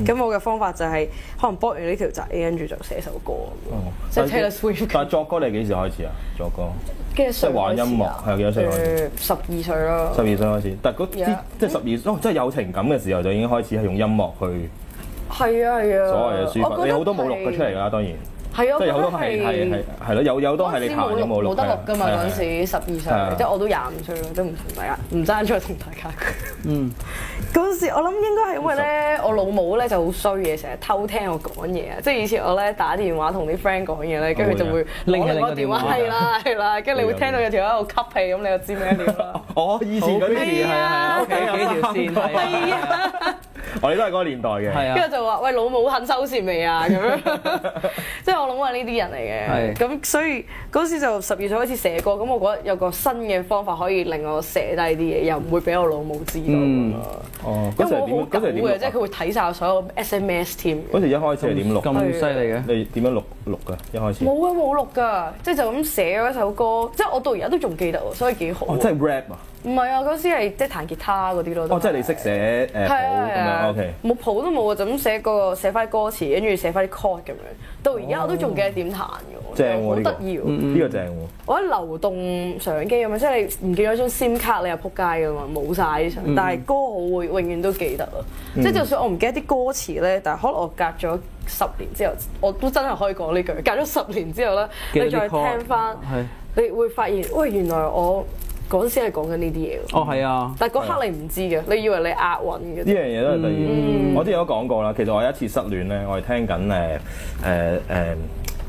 S3: 咁
S2: 嗯
S3: 我嘅方法就係可能 b 完呢條仔，跟住就寫首歌咁樣，即係 Taylor Swift 咁
S2: 哦但係作歌你幾時開始啊？作歌
S3: 跟住
S2: 即係玩音樂係啊幾多歲開始？
S3: 十二歲咯
S2: 十，二歲開始，但係嗰啲
S3: Yeah
S2: 即係十二哦，即係有情感嘅時候就已經開始係用音樂去
S3: 係啊係啊。
S2: 所謂嘅抒
S3: 我
S2: 發。
S3: 覺得
S2: 你好多冇錄嘅出嚟㗎啦，當然
S3: 係啊，
S2: 即係有
S3: 我
S2: 好
S3: 覺
S2: 多
S3: 得
S2: 係係係係咯，有有好多係你彈咗冇
S3: 冇
S2: 錄
S3: 得錄㗎嘛
S2: 係
S3: 嗰
S2: 啊
S3: 陣時，十二
S2: 係啊
S3: 歲，即係我都廿五歲咯，都唔同大家，唔爭再同大家講。
S1: 嗯，
S3: 嗰陣時我諗應該係因為咧，我老母咧就好衰嘅，成日偷聽我講嘢啊！即係以前我咧打電話同啲 friend 講嘢咧，跟住佢
S2: 哦
S3: 就會
S2: 啊
S1: 拎起
S3: 攞
S1: 你
S3: 你
S1: 個
S3: 個
S1: 電
S3: 電
S1: 話
S3: 話，係啦係啦，跟住
S2: 嗯
S3: 你會聽到有條友喺度吸氣，咁你就知咩料啦。
S2: 哦，以前嗰
S1: 好
S2: 啲
S1: 係啊係啊，幾幾條線係啊
S3: 係啊，
S2: 我哋都係嗰個年代嘅。
S1: 係
S3: 跟
S1: 啊，
S3: 住就話喂老母肯收線未 啊咁樣， 即係我老母係呢啲人嚟嘅。咁所以嗰時就十二歲開始寫歌，咁我覺得有個新嘅方法可以令我寫低啲嘢，又唔會俾我老母知道咁
S1: 嗯
S3: 咯。
S2: 哦，
S3: 因
S2: 嗰時
S3: 為我
S2: 係點？
S3: 好
S2: 嗰
S3: 狗
S2: 時係點
S3: 嘅，即係
S2: 錄
S3: 佢會睇晒我所有 SMS 添。
S2: 啊？嗰時一開始係點錄？
S1: 咁犀利嘅，
S2: 你點樣錄錄㗎？一開始。
S3: 冇啊冇錄㗎，即係就咁寫咗一首歌，即係我到而家都仲記得喎，所以幾好。
S2: 哦，即係 rap 啊！
S3: 唔係啊？嗰時係即係彈吉他嗰啲咯。都係
S2: 哦，即係你識。寫誒
S3: 係
S2: 譜
S3: 啊係
S2: 咁樣
S3: 啊
S2: ，OK。
S3: 冇譜都冇啊，就咁寫個寫翻歌詞，跟住寫翻啲 chord 咁樣。到而家我都仲記得點彈嘅，
S2: 正喎
S3: 好
S2: 呢個嗯
S3: 得意
S1: 嗯
S3: 喎。
S2: 呢個正喎。
S3: 我喺流動相機咁樣，即係你唔見咗張 SIM 卡，你又撲街噶嘛，冇晒啲
S2: 嗯
S3: 相。但係歌我會永遠都記得咯，即係就算我唔記得啲歌詞咧，但係可能我隔咗十年之後，我都真係可以講呢句。隔咗十年之後咧，
S1: 記得
S3: 你
S1: 啲
S3: 再
S1: chord，
S3: 聽翻
S1: 係，
S3: 你會發現，喂，原來我嗰陣時係講緊呢啲嘢喎。
S1: 哦係啊，
S3: 但係嗰刻你唔知嘅，你以為你押韻
S2: 呢
S3: 嘅啫。
S2: 樣嘢都係第
S3: 嗯
S2: 二。我之前都講過啦，其實我有一次失戀咧，我係聽緊誒誒誒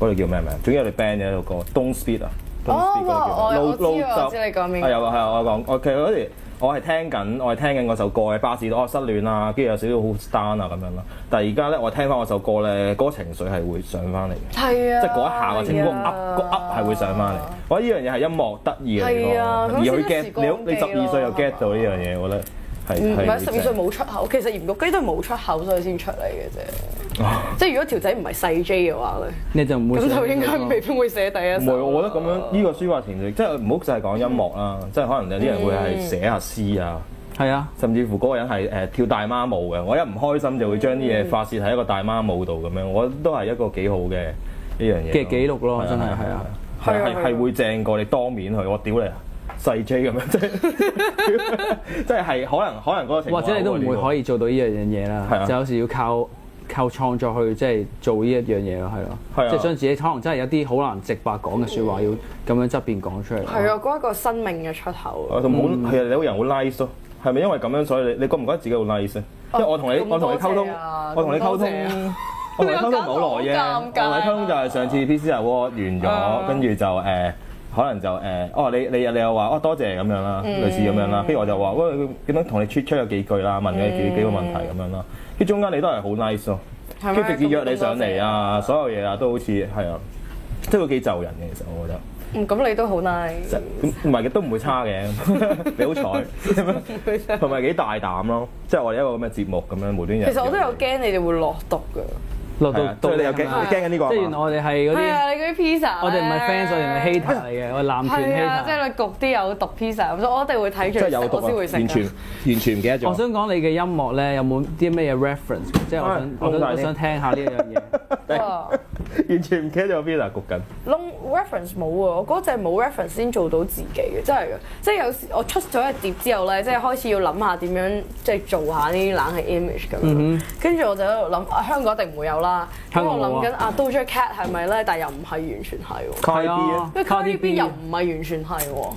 S2: 嗰度叫咩名？總之我哋 band 嘅一首歌《Don't Speed》啊。Don't
S3: 哦
S2: Speed 嗰個叫
S3: 我
S2: 路
S3: 我知
S2: 路
S3: 我
S2: 就
S3: 知你講邊個
S2: 係有係啊我講，我其實嗰時我係聽緊，我係聽緊嗰首歌喺巴士度，我失戀啊，跟住有少少好 down 啊咁樣啦。但係而家咧，我聽翻我首歌咧，嗰個情緒係會上翻嚟嘅。
S3: 係啊，
S2: 即係嗰一下個情歌
S3: 係
S2: up
S3: 啊
S2: 個 up 係會上翻嚟。我覺得呢樣嘢係音樂得意嘅地
S3: 係啊
S2: 方，而
S3: 佢好
S2: 佢
S3: 似一
S2: get
S3: 時光
S2: 你你
S3: 機
S2: 十二歲就
S3: 咯嗯
S2: get 到呢樣嘢，我覺得係係
S3: 唔係
S2: 會
S3: 十二歲
S2: 正
S3: 冇出口，其實鹽焗雞都係冇出口所以先出嚟嘅啫。即係如果條仔唔係細 J 嘅話咧，
S1: 你就唔會
S3: 咁
S1: 寫啊
S3: 就應該
S1: 呢個
S3: 未必會寫第一
S2: 唔
S3: 首
S2: 係，
S3: 啦。
S2: 我覺得咁樣呢個書法程序，即係唔好就係講音樂啦，嗯即係可能有啲人會係寫下詩啊，
S1: 係啊，
S2: 甚至乎嗰個人係誒跳大媽舞嘅。我一唔開心就會將啲嘢發泄喺一個大媽舞度咁樣，我覺得都係一個幾好嘅呢樣嘢
S1: 嘅記錄咯
S2: 係啊
S1: 真係
S2: 係啊
S3: 係啊
S2: 係啊係
S3: 係啊
S2: 係會正過你當面去，我屌你啊！細 J 咁樣，即係即係係可能可能嗰個情況
S1: 或者你都唔會可
S2: 以
S1: 以做到呢樣嘢
S2: 係啊
S1: 啦，就有時要靠靠創作去即係做呢一樣嘢咯，係
S2: 係
S1: 咯
S2: 啊，
S1: 即係將自己可能真係有啲好難直白講嘅説話，要咁樣側邊講出嚟。
S3: 係啊，嗰一個生命嘅出口。
S2: 我同好
S3: 嗯
S2: 係啊，你個人好 nice 咯。係咪因為咁樣所以你你覺唔覺得自己好 nice 咧？因為我同你
S3: 哦咁
S2: 我同你溝通
S3: 多謝啊，
S2: 我同你溝
S3: 咁多
S2: 通
S3: 謝啊，
S2: 我同你溝通唔好耐
S3: 你又
S2: 啫。
S3: 搞
S2: 我同
S3: 到好尷尬啊嗯
S2: 你溝通就係上次 PCR Award 完咗，跟住就誒。可能就誒、哦，你你你又話哦，多謝咁樣啦，
S3: 嗯
S2: 類似咁樣啦，跟住我就話，喂，點樣同你 chat 出有幾句啦，問咗幾幾個問題咁樣啦，跟住中間你都係好 nice 咯，
S3: 嗯係
S2: 跟
S3: 咩
S2: 住直接約你上嚟啊，所有嘢啊都好似係啊，即係會幾就人嘅，其實我覺得。
S3: 嗯，咁你都好 nice。
S2: 唔係嘅，都唔會差嘅。 你好 彩，同埋幾大膽咯。即係我哋一個咁嘅節目咁樣無端
S3: 其
S2: 端。
S3: 實我都有驚你哋會落毒㗎。
S1: 落
S2: 係
S1: 到
S2: 啊，即係你有
S1: 到
S2: 驚你驚緊呢個
S1: 即係
S2: 係
S1: 原來
S2: 嘛。
S1: 我哋係嗰
S3: 係
S1: 啲，
S3: 啊，你嗰啲 pizza
S1: 我哋唔係
S3: 咧
S1: fans，我哋係 hater 嚟嘅，我哋男團
S3: 係啊，即
S1: hater。
S3: 係你焗啲有毒 pizza，咁所以我一定會睇住
S2: 即
S3: 你
S2: 係
S3: 食，
S2: 有毒
S3: 我
S2: 啊！
S3: 先會食
S2: 完全
S3: 㗎。
S2: 完全唔記得
S1: 我
S2: 咗。
S1: 想講你嘅音樂咧，有冇啲咩嘢 reference？即係我想
S2: 哎
S1: 我
S2: 弄
S1: 想
S2: 大
S1: 我
S2: 啲
S1: 想聽下呢一樣嘢。
S3: 哇
S2: 完全唔記得咗啊 Villa 焗緊。
S3: long reference 冇啊！我嗰陣冇 reference 先做到自己嘅，真係嘅。即係有時我出咗一碟之後咧，即係開始要諗下點樣即係做下啲冷氣 image 咁樣。跟住、我就喺度諗，啊香港一定唔會有啦。咁
S1: 嗯香港
S3: 我
S1: 冇啊
S3: 諗緊啊，Doja Cat 係咪咧？但又唔係完全係喎。
S1: 係
S2: Cardi B 啊
S1: 啊
S3: 因為 Cardi B 又
S1: B
S3: 唔係完全係喎，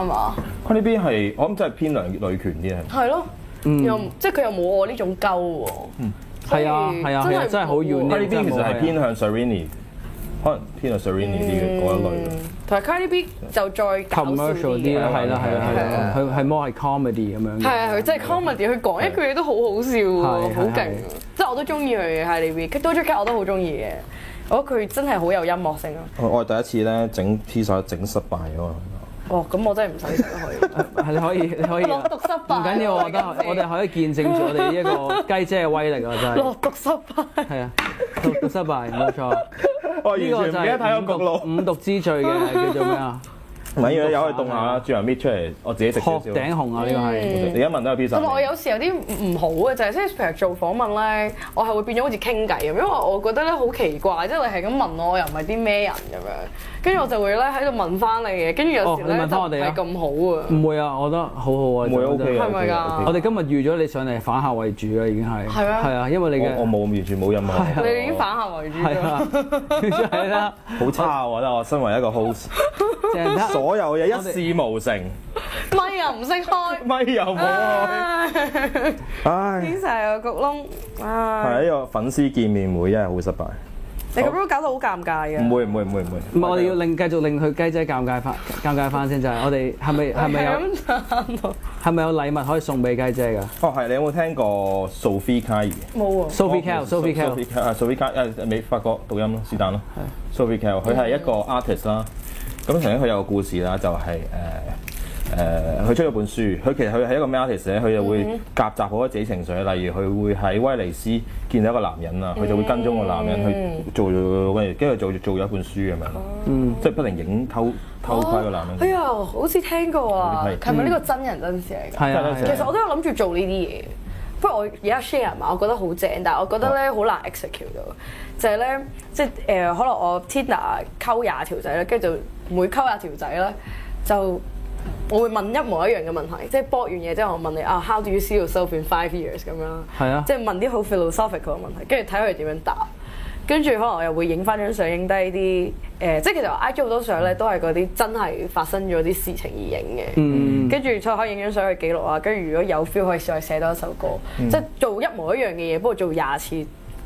S3: 係嘛？
S2: ，Cardi B 係我諗真係偏兩女權啲係。啊
S3: 係咯，又唔即係佢又冇我呢種鳩喎。
S1: 嗯係啊係啊係啊真係好遠呢
S2: Cardi B 其
S1: 真
S2: 實
S1: 係冇
S2: 係
S1: 啊
S2: 偏向 Serrini，可能偏向 Serrini 啲
S3: 嗯
S2: 嘅嗰一類咯。
S3: 同埋 Cardi B 就再搞笑啊
S1: commercial 啲啊啦，
S2: 嘅
S1: 係啦係啦係
S2: 係
S1: 啦
S2: 啊，
S1: 佢係 more 係 comedy 咁樣
S3: 係
S1: 嘅。
S3: 啊，佢真係 comedy，佢講一句嘢都好好笑喎，
S1: 係
S3: 好勁
S1: 係
S3: 啊！即係我都中意佢嘅 h a r d B，佢 Doja Cat 我都好中意嘅，我覺得佢真係好有音樂性咯。
S2: 我我係第一次咧整 pizza 整失敗啊咗。
S3: 哇，哦咁我真係唔使食佢，
S1: 係你可以你可以。
S3: 落毒失敗
S1: 唔緊啊要，我覺得我哋可以見證住我哋呢 一個雞姐嘅威力啊！真係
S3: 落毒失敗。
S1: 係啊，讀讀 失敗冇錯。
S2: 我完
S1: 呢
S2: 全唔
S1: 個
S2: 記
S1: 就
S2: 得睇
S1: 係
S2: 我焗路。
S1: 五毒五毒之最嘅叫做咩啊？
S2: 唔係要有去凍下
S3: 啊
S2: 啦，轉頭搣出嚟，我自己食少
S1: 殼
S2: 少。
S1: 頂紅啊！呢個係
S2: 你一聞都有 pizza
S3: 同埋我
S2: 味。
S3: 有時有啲唔好嘅就係，即係譬如做訪問咧，我係會變咗好似傾偈咁，因為我覺得咧好奇怪，即係你係咁問我，我又唔係啲咩人咁樣，跟住我就會咧喺度問翻你嘅，跟住有時
S1: 哦你
S3: 咧
S1: 問
S3: 就
S1: 返
S3: 唔
S1: 我哋啊
S3: 係咁好啊。
S1: 唔會啊！我覺得好好啊，
S2: 唔會 OK 嘅
S3: 係咪㗎
S2: OK 嘅
S1: 我哋今日預咗你上嚟反客為主啦，已經係
S3: 係咩
S1: 係啊，因為你
S2: 我我
S1: 嘅啊
S2: 冇完全冇任何，
S3: 你哋已經反客為主
S1: 嗯係
S3: 啦。
S1: 啊，係啦，
S2: 好差啊我覺得我身為一 個 host，
S1: 正得
S2: 所有嘢一事無成，
S3: 咪又唔識 開，
S2: 咪又冇啊！
S3: 啊
S2: 唉，
S3: 天曬個焗窿啊！
S2: 係呢個粉絲見面會真係好失敗。
S3: 你咁樣搞到好尷尬啊嘅。
S2: 唔會唔會唔會唔
S1: 唔
S2: 會，
S1: 係，我哋要令繼續令佢雞仔尷尬翻，尷尬翻先就係我哋係咪係咪有
S3: 係咁彈到
S1: 係咪有禮物可以送俾雞仔㗎
S2: 哦係，你有冇聽過 Sophie Kai？
S3: 冇啊！
S1: ？Sophie Kell，Sophie Kell，
S2: Sophie Kell 啊，Sophie Kell 誒美法國讀音咯，是但咯。Sophie Kell 佢
S3: 嗯
S2: 係一個 artist 啦。咁曾經佢有個故事啦，就係誒誒，佢出咗本書。佢其實佢係一個咩 artist 咧？佢就
S3: 嗯
S2: 會夾雜好多自己情緒，例如佢會喺威尼斯見到一個男人啊，佢就會跟蹤個男人
S3: 嗯
S2: 去做做，跟住跟住做做咗一本書咁樣咯。即係不停影偷偷窺個男人。
S3: 哦哎呀，好似聽過啊
S2: 係！
S3: 係咪呢個真人真事嚟㗎？
S1: 嗯係啊，
S2: 其
S3: 其
S1: 係
S3: 實
S1: 啊
S3: 我都有諗住做呢啲嘢，不過我而家 share 埋，我覺得好正，但係我覺得咧
S1: 哦
S3: 好難 execute 到，就係咧即係誒、呃可能我 Tinder 溝廿條仔咧，跟住就每溝廿條仔咧就。我會問一模一樣嘅問題，即係博完嘢之後，我問你啊，How do you see yourself in five years 咁樣啦，
S1: 係啊
S3: 即係問啲好 philosophical 嘅問題，跟住睇佢點樣答，跟住可能我又會影翻張相，影低啲誒，即係其實我 IG 好多相咧都係嗰啲真係發生咗啲事情而影嘅，
S1: 嗯
S3: 跟住再可以影張相去記錄啊，跟住如果有 feel 可以再寫多一首歌，即係做一模一樣嘅嘢，不過做廿次，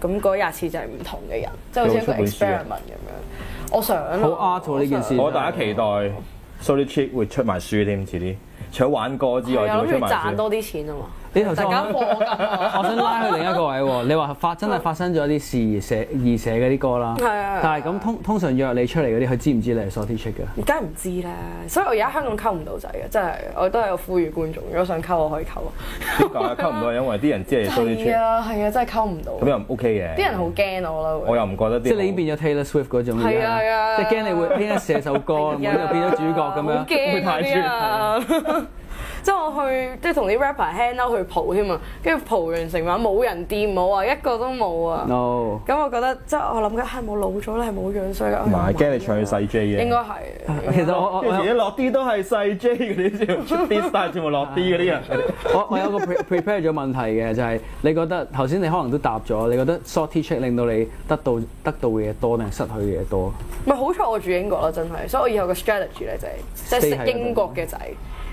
S3: 咁嗰廿次就係唔同嘅人，即係好似一個
S2: 有出本書啊
S3: experiment 咁樣。我想啊
S1: 好 art 喎呢件事
S2: 我大家期待 Solid Chick 會出埋書添，遲啲除咗玩歌之
S3: 我
S2: 外，仲
S3: 想係
S2: 會
S3: 啊諗
S2: 出
S3: 住
S2: 埋
S3: 賺
S2: 書。
S3: 多啲錢啊嘛，
S1: 你頭
S3: 大
S1: 先
S3: 家
S1: 我
S3: 貨緊啊，嗯
S1: 我想拉去另一個位喎，你話發真係發生咗啲事而寫而寫嘅啲歌啦，
S3: 係啊係嗯啊
S1: 但係咁通通常約你出嚟嗰啲，佢知唔知你係 Sorty Chick 㗎？
S3: 梗係唔知啦。所以我而家香港溝唔到仔嘅，真係我都係呼籲觀眾，如果想溝我可以溝我。
S2: 點解溝啊唔到係因為啲人知係 Solid
S3: 係
S2: Chick，
S3: 啊係啊，真係溝唔到。
S2: 咁又唔 OK 嘅。
S3: 啲人好驚我啦會
S2: 我。又唔覺得啲
S1: 即係你已經變咗 Taylor Swift 嗰種嘢
S3: 係啊係啊
S1: 即係驚你會偏一寫首 歌，咁樣就變咗主角咁
S3: 好
S1: 樣。
S3: 驚嗰啲啊！ 即係我去，即係同啲 rapper hand out 去蒲添啊，跟住蒲完成晚冇人掂我啊，一個都冇啊。
S1: No，
S3: 咁我覺得即係我諗緊係冇老咗咧，係冇樣衰㗎。
S2: 唔係驚你唱佢細 J 嘅，
S3: 應該係。
S1: 其實我我
S2: 跟住自己落啲都係細 J 嗰啲，全部 diss 晒全部落啲嗰啲人。
S1: 我我有個 pre- prepare 咗問題嘅，就係、你覺得頭先你可能都答咗，你覺得 sorty check 令到你得到得到嘅嘢多定係失去嘅嘢多？
S3: 唔係好彩我住英國啦，真係，所以我以後個 strategy 咧就係
S1: Stay
S3: 即
S1: 喺
S3: 係
S1: 嗰
S3: 識
S1: 度
S3: 英國嘅仔，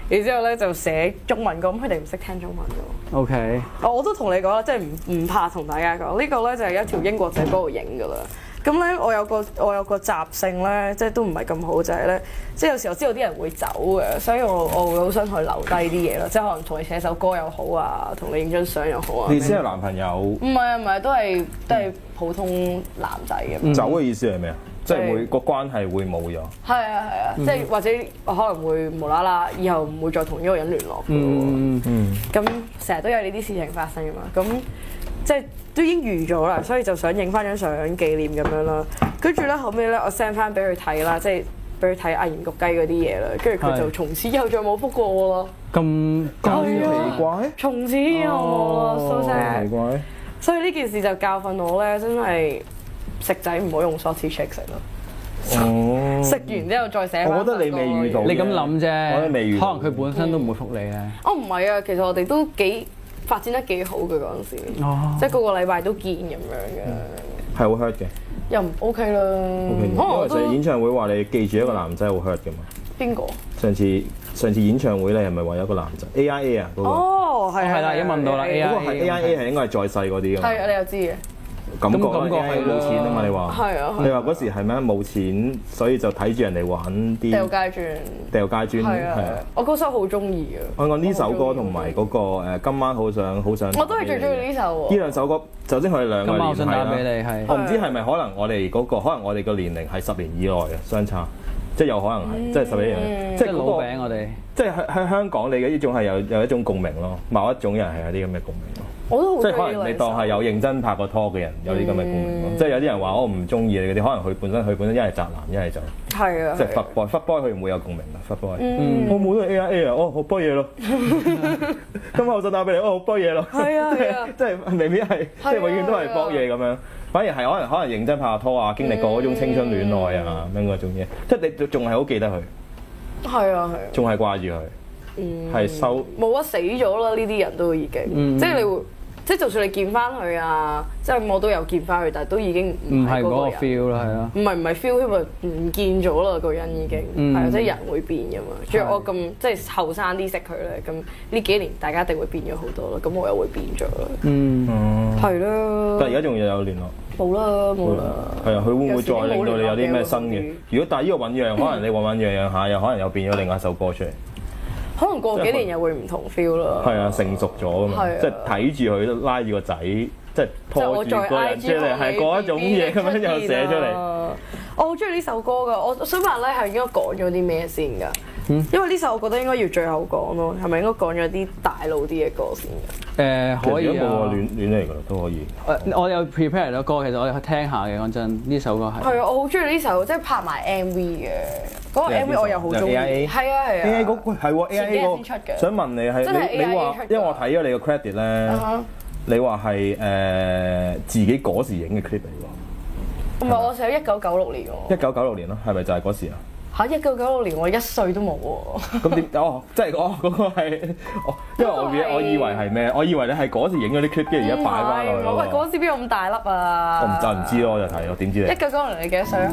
S3: 然之後咧就寫中文歌，咁佢哋唔識聽中文㗎喎。哦
S1: OK，
S3: 我我都同你講啦，即係唔唔怕同大家講，呢、個咧就係一條英國仔嗰度影噶啦。咁咧，我有個我有個習性咧，即係都唔係咁好，就係、咧，即係有時候知道啲人會走嘅，所以我我會好想去留低啲嘢咯，即係可能同你寫首歌又好啊，同你影張相又好啊。
S2: 你先係男朋友
S3: 唔係啊，唔係都係都係普通男仔咁。
S2: 走嘅意思係咩啊？即係會
S3: 係
S2: 個關係會冇咗。
S3: 係啊係啊，
S2: 嗯
S3: 即係或者我可能會無啦啦，以後唔會再同呢個人聯絡㗎喎。
S1: 嗯，
S3: 咁成日都有呢啲事情發生噶嘛，咁即係都已經預咗啦，所以就想影翻張相紀念咁樣啦。跟住咧後尾咧，我 send 翻俾佢睇啦，即係俾佢睇阿鹽焗雞嗰啲嘢啦。跟住佢就
S1: 係
S3: 從此以後再冇覆過我咯，
S1: 咁咁
S3: 係啊
S2: 奇怪，
S3: 從此以後冇咯，so
S2: 奇
S3: sad。
S2: 怪。
S3: 所以呢件事就教訓我咧，真係食仔唔好用 salty shake 食咯，
S2: 哦，
S3: 食完之後再寫返
S2: 我覺得你未遇到
S1: 你咁諗啫，
S2: 我都未遇
S1: 可
S2: 到
S1: 能佢本身都唔會覆你咧。
S3: 哦，唔係啊，其實我哋都幾發展得幾好嘅嗰陣時，
S1: 哦
S3: 即係個個禮拜都見咁樣嘅。
S2: 係好 hurt 嘅。嗯
S3: 又唔 OK 啦，
S1: 嗯
S2: 因
S3: 可能我
S2: 為
S3: 哦都
S2: 上次演唱會話你記住一個男仔好 hurt 嘅嘛。
S3: 邊個？
S2: 上次上次演唱會你係咪話有一個男仔 AIA 啊嗰個？
S3: 哦，係
S1: 係啦已經問到啦
S2: 嗰
S1: AI
S2: 個係 AIA 係應該係再細嗰啲㗎嘛。
S3: 係啊，你又知嘅，
S2: 感覺
S1: 咁感覺
S2: 啦，因為冇錢啊嘛，你話
S3: 係啊係啊
S2: 你話嗰時係咩冇錢，所以就睇住人哋玩
S3: 掉
S2: 啲
S3: 街
S2: 掉街磚，
S3: 磚係
S2: 係
S3: 啊
S2: 啊。，
S3: 我嗰首好中意啊嘅，
S2: 香港呢首歌同埋嗰個誒今晚好想好想，
S3: 我都係最中意呢首
S2: 呢
S3: 喎。
S2: 兩首歌，首先佢哋兩個
S1: 今晚我
S2: 年
S1: 想
S2: 係
S1: 打
S2: 啦
S1: 俾你係
S2: 啊我唔知係咪可能我哋嗰個可能我哋個年齡係十年以內嘅相差，即係有可能
S3: 嗯
S2: 係，即係十幾年，即
S1: 即係
S2: 係嗰
S1: 老
S2: 個
S1: 餅我哋。
S2: 即係喺喺香港，你嘅呢種係有有一種共鳴咯，某一種人係有啲咁嘅共鳴咯。
S3: 我都好
S2: 即
S3: 中
S2: 係可
S3: 意呢
S2: 能你
S3: 兩
S2: 當
S3: 首。
S2: 係有嗯認啊真拍過拖嘅人有啲咁嘅共鳴咯。即係有啲人話我唔中意你嗰啲，可能佢本身佢本身一係宅男，一係就
S3: 係啊，
S2: 即係
S3: 係啊
S2: fuck boy，fuck boy 佢唔會有共鳴嘅 fuck boy。我冇咗 A I A 啊，哦，好波嘢 咯。今晚我就打俾你，哦，好波嘢咯。
S3: 係啊係啊
S2: 即 係即係未必係，即係永遠都係啊搏嘢咁樣。反而係可能可能認真拍下拖啊，經歷過嗰種青春戀愛啊，咁樣嗰種嘢，即係你仲係好記得佢，
S3: 係啊，係啊
S2: 仲係掛住佢，係收。
S3: 冇得死咗啦！呢啲人都已經，即係你會，即係就算你見翻佢啊，即係我都有見翻佢，但係都已經
S1: 唔係
S3: 係
S1: 嗰個
S3: 嗰個人。
S1: feel 啦，係咯。
S3: 唔係唔係 feel，因為唔見咗啦個人已經，
S1: 嗯
S3: 係啊，即係人會變噶嘛。仲有我咁即係後生啲識佢咧，咁呢幾年大家一定會變咗好多啦，咁我又會變咗啦，
S1: 嗯，
S3: 係
S2: 但係而
S3: 啦，
S2: 家仲有聯絡。
S3: 冇啦冇啦。
S2: 係啊，佢會唔
S3: 有
S2: 會
S3: 時
S2: 再
S3: 都冇
S2: 令到你有啲咩
S3: 聯絡嘅
S2: 新
S3: 會唔
S2: 嘅
S3: 會？
S2: 如果但係呢個醖釀，可能你醖醖釀釀下，又可能又變咗另外一首歌出嚟。嗯
S3: 可能過幾年又會唔同 feel 啦。
S2: 係啊，成熟咗啊嘛
S3: 係啊，
S2: 即係睇住佢拉住個仔，即係拖住
S3: 即係我
S2: 個
S3: 再
S2: 人
S3: IG
S2: 出嚟，係嗰一種嘢咁樣
S3: 啊
S2: 又寫出嚟。
S3: 我好中意呢首歌噶，我我想問咧係應該講咗啲咩先㗎？
S1: 嗯
S3: 因為呢首我覺得應該要最後講咯，係咪應該講咗啲大路啲嘅歌先
S1: 誒
S3: 㗎？
S1: 可
S2: 其實
S1: 以
S2: 如果冇
S1: 啊
S2: 個。戀戀嚟㗎啦，都可以。
S1: 誒我有 prepare 咗歌，其實我哋去聽下嘅。講真，呢首歌係。
S3: 係啊，我好中意呢首，即係拍埋 MV 嘅嗰個
S2: 即係邊
S3: MV 我又好中意，
S2: 首就係 AIA
S3: 係啊係啊
S2: A I 嗰個係喎，A
S3: 前
S2: I
S3: 幾日
S2: A
S3: 先出嘅
S2: 個想問你
S3: 真係
S2: 係你
S3: AIA
S2: 你話
S3: 出，㗎 Uh-huh
S2: 因為我睇咗你個 credit 咧
S3: 哈，
S2: 你話係誒自己嗰時影嘅 clip 嚟
S3: 唔係我寫一九九六年
S2: 喎，
S3: 喎，
S2: 一九九六年咯，係咪就係嗰時啊？
S3: 嚇一九九六年我一歲都冇喎，
S2: 咁點？哦，即係哦，嗰個係，哦因為我
S3: 嗰個係
S2: 以我以為係咩？我以為你係嗰時影嗰啲 clip，跟住而家擺翻落
S3: 唔係喂
S2: 去咯。
S3: 嗰時邊有咁大粒啊？
S2: 我唔就唔知咯，我就睇咯，點知
S3: 一九九六年你幾多歲啊？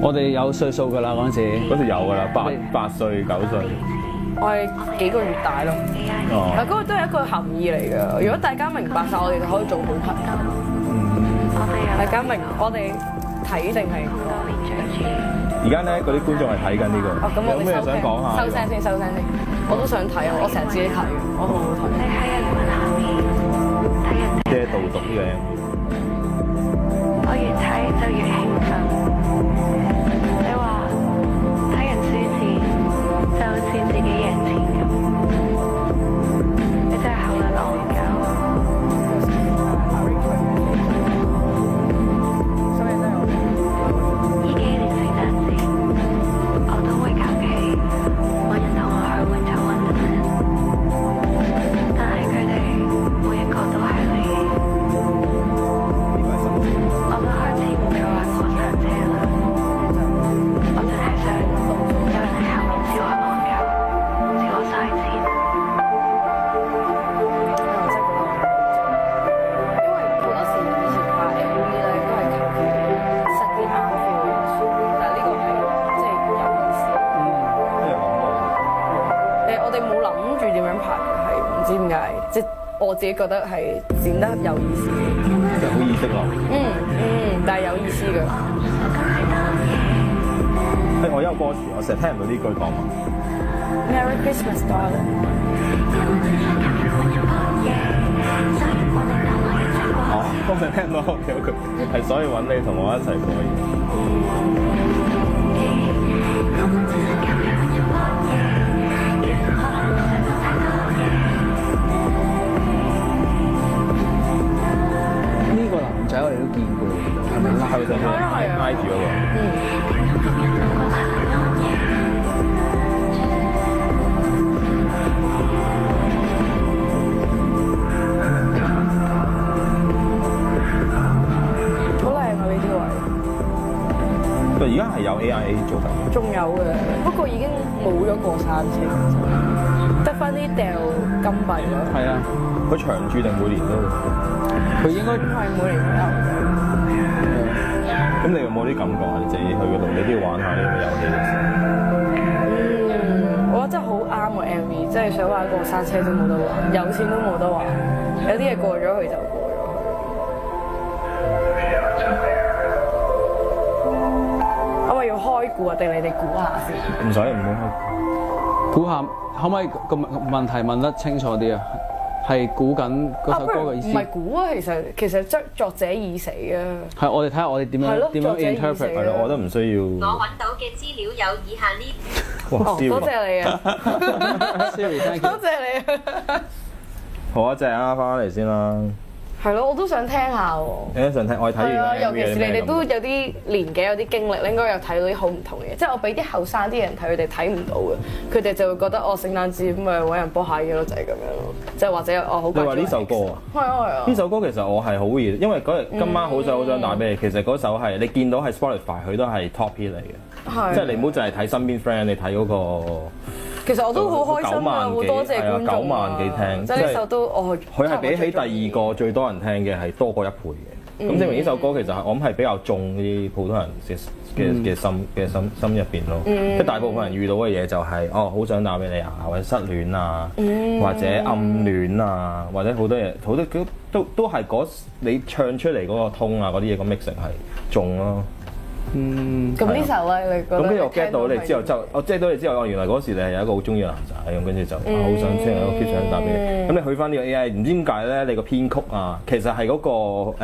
S1: 我哋有歲數㗎啦嗰陣時。
S2: 你嗰時有㗎啦， 八
S1: 你
S2: 八歲九歲，
S3: 我係幾個月大咯。嗱，
S2: 哦，
S3: 嗰個都係一個含義嚟嘅。如果大家明白晒，我哋就可以做好朋友。大家明，我哋睇定係
S2: 而家咧嗰啲觀眾係睇緊呢
S3: 哦，咁
S2: 個，
S3: 我
S2: 有
S3: 哋
S2: 咩
S3: 收
S2: 想
S3: 聲，
S2: 講下？
S3: 收聲先，收聲先。我都想睇，我成日自己睇，我好好睇。
S2: 即係導讀呢個 M，
S5: 我越睇就越興奮。你話睇人輸字就算自己贏錢咁，你真係後來戇鳩。依幾年聖誕節，我都會求其揾人同我去換酒揾人，但係佢哋每一個都係你。我都開始唔再玩過山車啦，我真係想有人喺後面笑我戇鳩，笑我嘥錢。
S3: 因為好多時以前拍 MV 咧都係求其實啲啱 feel，但係呢個係即係有意思。
S2: 即係講
S3: 誒，我哋冇諗住點樣拍嘅，係唔知點解，即係我自己覺得係剪得有意思。
S2: 到即係好意識咯。
S3: 嗯嗯，但係有意思嘅。
S2: 誒，我有歌詞，我成日聽唔到呢句講話。
S3: Merry Christmas, darling。
S2: 哦，我未聽到有句，係所以揾你同我一齊過夜。
S1: 呢個男仔我哋都見過，係咪啦？
S2: 係咪就係挨住嗰個？佢
S3: 好靚啊！呢啲
S2: 而家係有 AIA 做緊。
S3: 位仲有嘅，不過已經冇咗過山車，其實得翻啲掉金幣咯，
S1: 係啊，
S2: 佢長住定每年都會？
S1: 佢應該
S3: 因為每年都有嘅。
S2: 咁你有冇啲感覺啊？你自己去嗰度，你都要玩下呢個遊戲嘅時候。
S3: 嗯，我覺得真係好啱個 MV，即係想玩過山車都冇得玩，有錢都冇得玩，有啲嘢過咗去就過咗去。我咪要開估啊，定你哋估下
S2: 唔
S3: 先？
S2: 使唔好
S1: 估下可唔可以個問問題問得清楚啲啊？係估緊嗰
S3: 啊，
S1: 首
S3: 不
S1: 歌
S3: 如
S1: 嘅意思
S3: 唔。係估啊，其實其實作作者已死啊。
S1: 係我哋睇下我哋點
S3: 係
S1: 樣
S3: 咯
S1: 點
S3: 作者
S1: 樣
S3: 意思
S1: interpret
S2: 係咯，我覺得唔需要。
S6: 我揾到嘅資料有以下呢
S2: 哇
S3: 哦，
S2: 燒
S3: 多
S2: 啊！
S3: 謝你啊，
S1: Siri thank
S3: 多
S1: you。
S3: 謝你啊。
S2: 好啊，正啊，翻嚟先啦。
S3: 係咯，我都想聽下喎。
S2: 你一陣睇，我睇
S3: 係啊，
S2: 完
S3: 尤其是你哋都
S2: 係
S3: 有啲年紀、有啲經歷，你應該有睇到啲好唔同嘅嘢。即係我俾啲後生啲人睇，佢哋睇唔到嘅，佢哋就會覺得哦，聖誕節咁咪揾人幫下嘢咯，就係咁樣咯。即係或者我好掛住
S2: 你話呢首歌啊？
S3: 係啊係啊
S2: 呢。首歌其實我係好易，因為嗰日今晚好想好想打俾你。其實嗰首係你見到係 Spotify，佢都係 top hit 嚟嘅，
S3: 係
S2: 即係你唔好淨係睇身邊 friend，你睇嗰個。
S3: 其實我都好開心啊，好多謝觀眾啊
S2: 九萬幾聽
S3: 即係呢首都哦我
S2: 佢係比起第二個最多人聽嘅係多過一倍嘅，咁證明呢首歌其實係我諗係比較中啲普通人嘅嘅嘅心嘅心心入邊咯，即係大部分人遇到嘅嘢就係哦好想打俾你啊，或者失戀啊，或者暗戀啊，或者好多嘢好多都都都係嗰你唱出嚟嗰個通啊嗰啲嘢個 mixing 係中咯，
S1: 嗯，
S3: 咁呢首咧，你覺得
S2: 咁跟住我
S3: 聽
S2: get 到你之後就我 get 到你之後，哦原來嗰時你係有一個好中意嘅男仔咁，跟住就啊好想聽我 keep 想打俾你。
S3: 嗯
S2: 咁你去翻呢個 AI，唔知點解咧？你個編曲啊，其實係嗰個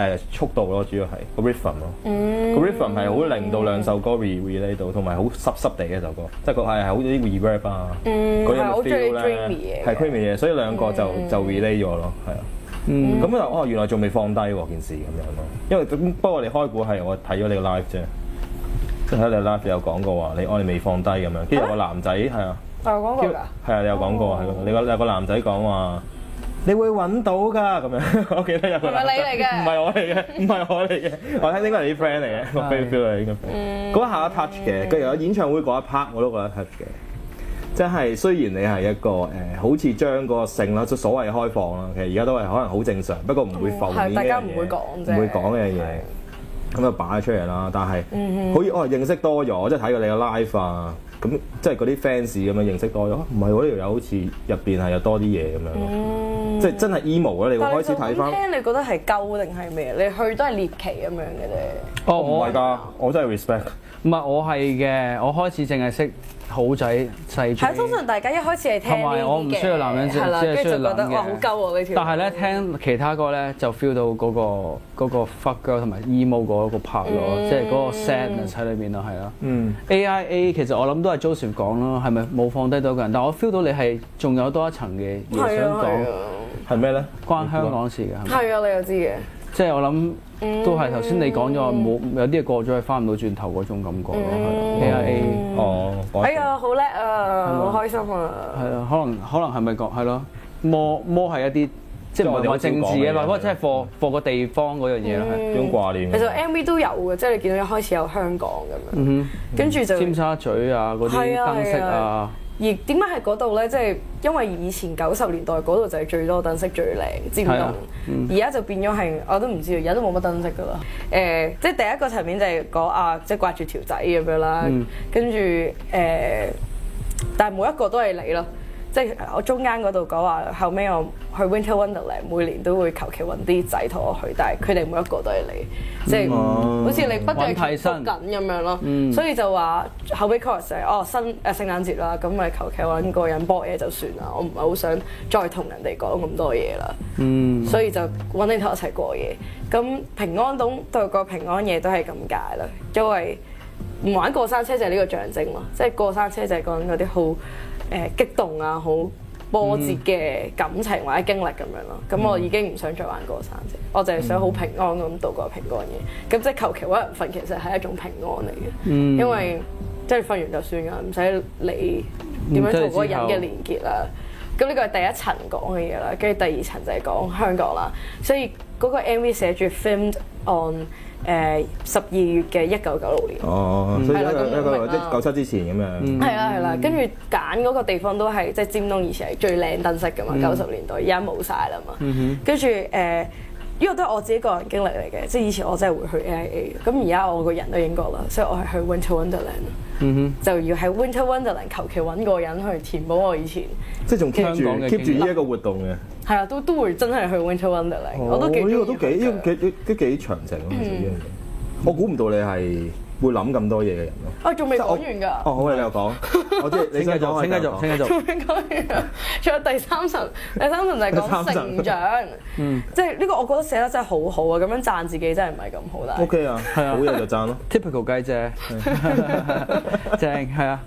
S2: 誒速度咯，主要係個 rhythm 咯。
S3: 嗯
S2: 個 rhythm 係好令到兩首歌 re relate 到，同埋好濕濕地嘅一首歌，即係佢係係好似啲 reverb 啊，
S3: 嗯
S2: 嗰
S3: 係好
S2: 種
S3: 中意
S2: feel 咧
S3: dreamy 嘢嘅嗯
S2: 係 dreamy 嘢，所以兩個就就 relate 咗咯，係啊。咁就哦，原來仲未放低喎件事咁樣咯，因為咁不過你開估係我睇咗你個 live 啫，即係睇你個 live 你有講過話你我哋未放低咁樣，跟住有個男仔係啊。
S3: 我有講過哦㗎。
S2: 係啊，你有講過係你個有個男仔講話。你會揾到㗎咁樣， 我記得有個男仔
S3: 係咪你嚟嘅哦
S2: 唔係我嚟嘅，唔係我嚟嘅，我睇應該係你 friend 嚟嘅，我 feel feel 係應
S3: 嗯
S2: 該。嗰一下 touch 嘅，跟住有演唱會嗰一 part 我都覺得 touch 嘅，即係雖然你係一個誒，好似將個性啦，即所謂開放啦，其實而家都係可能好正常，不過唔會浮面
S3: 嗯係
S2: 呢
S3: 大家
S2: 樣嘢
S3: 唔會講啫
S2: 唔會講嘅嘢。咁就擺咗出嚟啦。但係
S3: 嗯
S2: 好似我係認識多咗，即係睇過你嘅 live 啊，咁即係嗰啲 fans 咁樣認識多咗。啊唔係喎，呢條友好似入邊係有多啲嘢咁樣咯，即係真係 emo 咯。你會
S3: 嗯但係
S2: 開
S3: 你
S2: 始
S3: 就
S2: 睇
S3: 咁
S2: 翻，
S3: 聽，你覺得係鳩定係咩？你去都係獵奇咁樣嘅啫。
S1: 哦，
S2: 唔
S1: 我
S2: 係㗎，我真係 respect。
S1: 唔係我係嘅，我開始淨係識好仔細
S3: 係啊通
S1: 仔。
S3: 常大家一開始係聽呢啲嘅
S1: 啊同埋我唔需要男人只
S3: 係啦，
S1: 只係
S3: 跟住就
S1: 需要
S3: 覺得
S1: 諗嘅
S3: 哇好鳩喎呢條。
S1: 但係咧，聽其他歌咧就 feel 到嗰、個嗰、個 fuck girl 同埋 emo 嗰個 part 咯，
S3: 嗯
S1: 即係嗰個 sadness 喺裏邊咯，係啦。
S2: 嗯，
S1: AIA 其實我諗都係 Joseph 講咯，係咪冇放低到一個人？但我 feel 到你係仲有多一層嘅嘢
S3: 係
S1: 想
S3: 啊係
S1: 講，
S3: 啊，
S2: 係咩咧？
S1: 關香港事嘅係咪？
S3: 係啊，你又知嘅。
S1: 即係我諗都係頭先你講咗冇有啲嘢過咗去翻唔到轉頭嗰種感覺咯
S3: 嗯
S1: 係啊，AIA
S2: 哦，講
S3: 哎呀，好叻啊，
S1: 嘛
S3: 好開心啊！
S1: 係啊，可能可能係咪講係咯？魔魔係一啲即係唔係話政治嘅嘛，不過即係啊 for for 個地方嗰樣嘢咯，係
S3: 嗯
S2: 有種掛念
S3: 其實 MV 都有嘅，即係你見到一開始有香港咁樣，
S1: 嗯
S3: 跟住就
S1: 哼，尖沙咀啊嗰啲
S3: 係啊
S1: 燈飾
S3: 係
S1: 啊
S3: 啊。而點解係嗰度咧？即係因為以前九十年代嗰度就係最多燈飾最靚，尖
S1: 係
S3: 東
S1: 啊嗯。
S3: 而家就變咗係我都唔知，而家都冇乜燈飾噶啦。誒、
S1: 嗯
S3: 即係第一個層面就係講啊，即係掛住條仔咁樣啦，
S1: 嗯
S3: 跟住誒，但係每一個都係你咯。即係我中間嗰度講話，後尾我去 Winter Wonderland，每年都會求其揾啲仔同我去，但係佢哋每一個都係你，即係
S1: 嗯
S3: 好似你不
S1: 揾
S3: 斷
S1: 替
S3: 係
S1: 身
S3: 緊咁樣咯，所以就話後尾 chorus 就係哦新誒聖誕節啦，咁咪求其揾個人播嘢就算啦，我唔係好想再同人哋講咁多嘢啦，
S1: 嗯
S3: 所以就揾你同我一齊過夜。咁平安東對個平安夜都係咁解啦，因為唔玩過山車就係呢個象徵咯，即係過山車就係講嗰啲好誒激動啊，好波折嘅感情或者經歷咁樣咯。咁我已經唔想再玩過山車，我就係想好平安咁度過平安夜。咁即係求其揾人瞓，其實係一種平安嚟嘅，因為即係瞓完就算㗎，唔使理點樣同嗰個人嘅連結啦。咁呢個係第一層講嘅嘢啦，跟住第二層就係講香港啦。所以嗰個 MV 寫住 filmed on 誒十二月嘅一九九六年。
S2: 哦，所以一
S3: 係啦
S2: 個
S3: 咁
S2: 一個
S3: 明啦
S2: 即九七之前咁樣。
S1: 嗯
S3: 係啦係啦，跟住揀嗰個地方都係即係尖東以前係最靚燈飾噶嘛，九十年代而家冇晒啦嘛。跟住誒，呢個都係我自己個人經歷嚟嘅，即係以前我真係會去 AIA 嘅咁而家我個人都英國啦，所以我係去 Winter Wonderland 啦就要喺 Winter Wonderland 求其揾個人去填補我以前
S2: 即係仲 keep 住
S1: 香港嘅
S2: keep 住
S1: 經歷
S2: 呢一個活動嘅，哦
S3: 係啊啦，都都會真係去 Winter 哦 Wonderland，我都幾
S2: 哦呢個
S3: 中
S2: 都幾
S3: 意去
S2: 呢個幾都幾長情啊！其實呢樣嘢，我估唔到你係會諗咁多嘢嘅人啊咯。
S3: 我仲未講
S2: 我
S3: 完㗎。
S2: 哦，好，你 又講，我知你
S1: 請繼續，
S2: 想講，
S1: 請繼續，請繼續。
S3: 講完啦，仲有第三層， 第三層嗯就係講成長，即係呢個我覺得寫得真係好好啊！咁樣讚自己真係唔係咁好，但
S2: O
S3: 係
S2: K 啊，好嘢就讚咯。
S1: Typical 雞姐， 正係啊，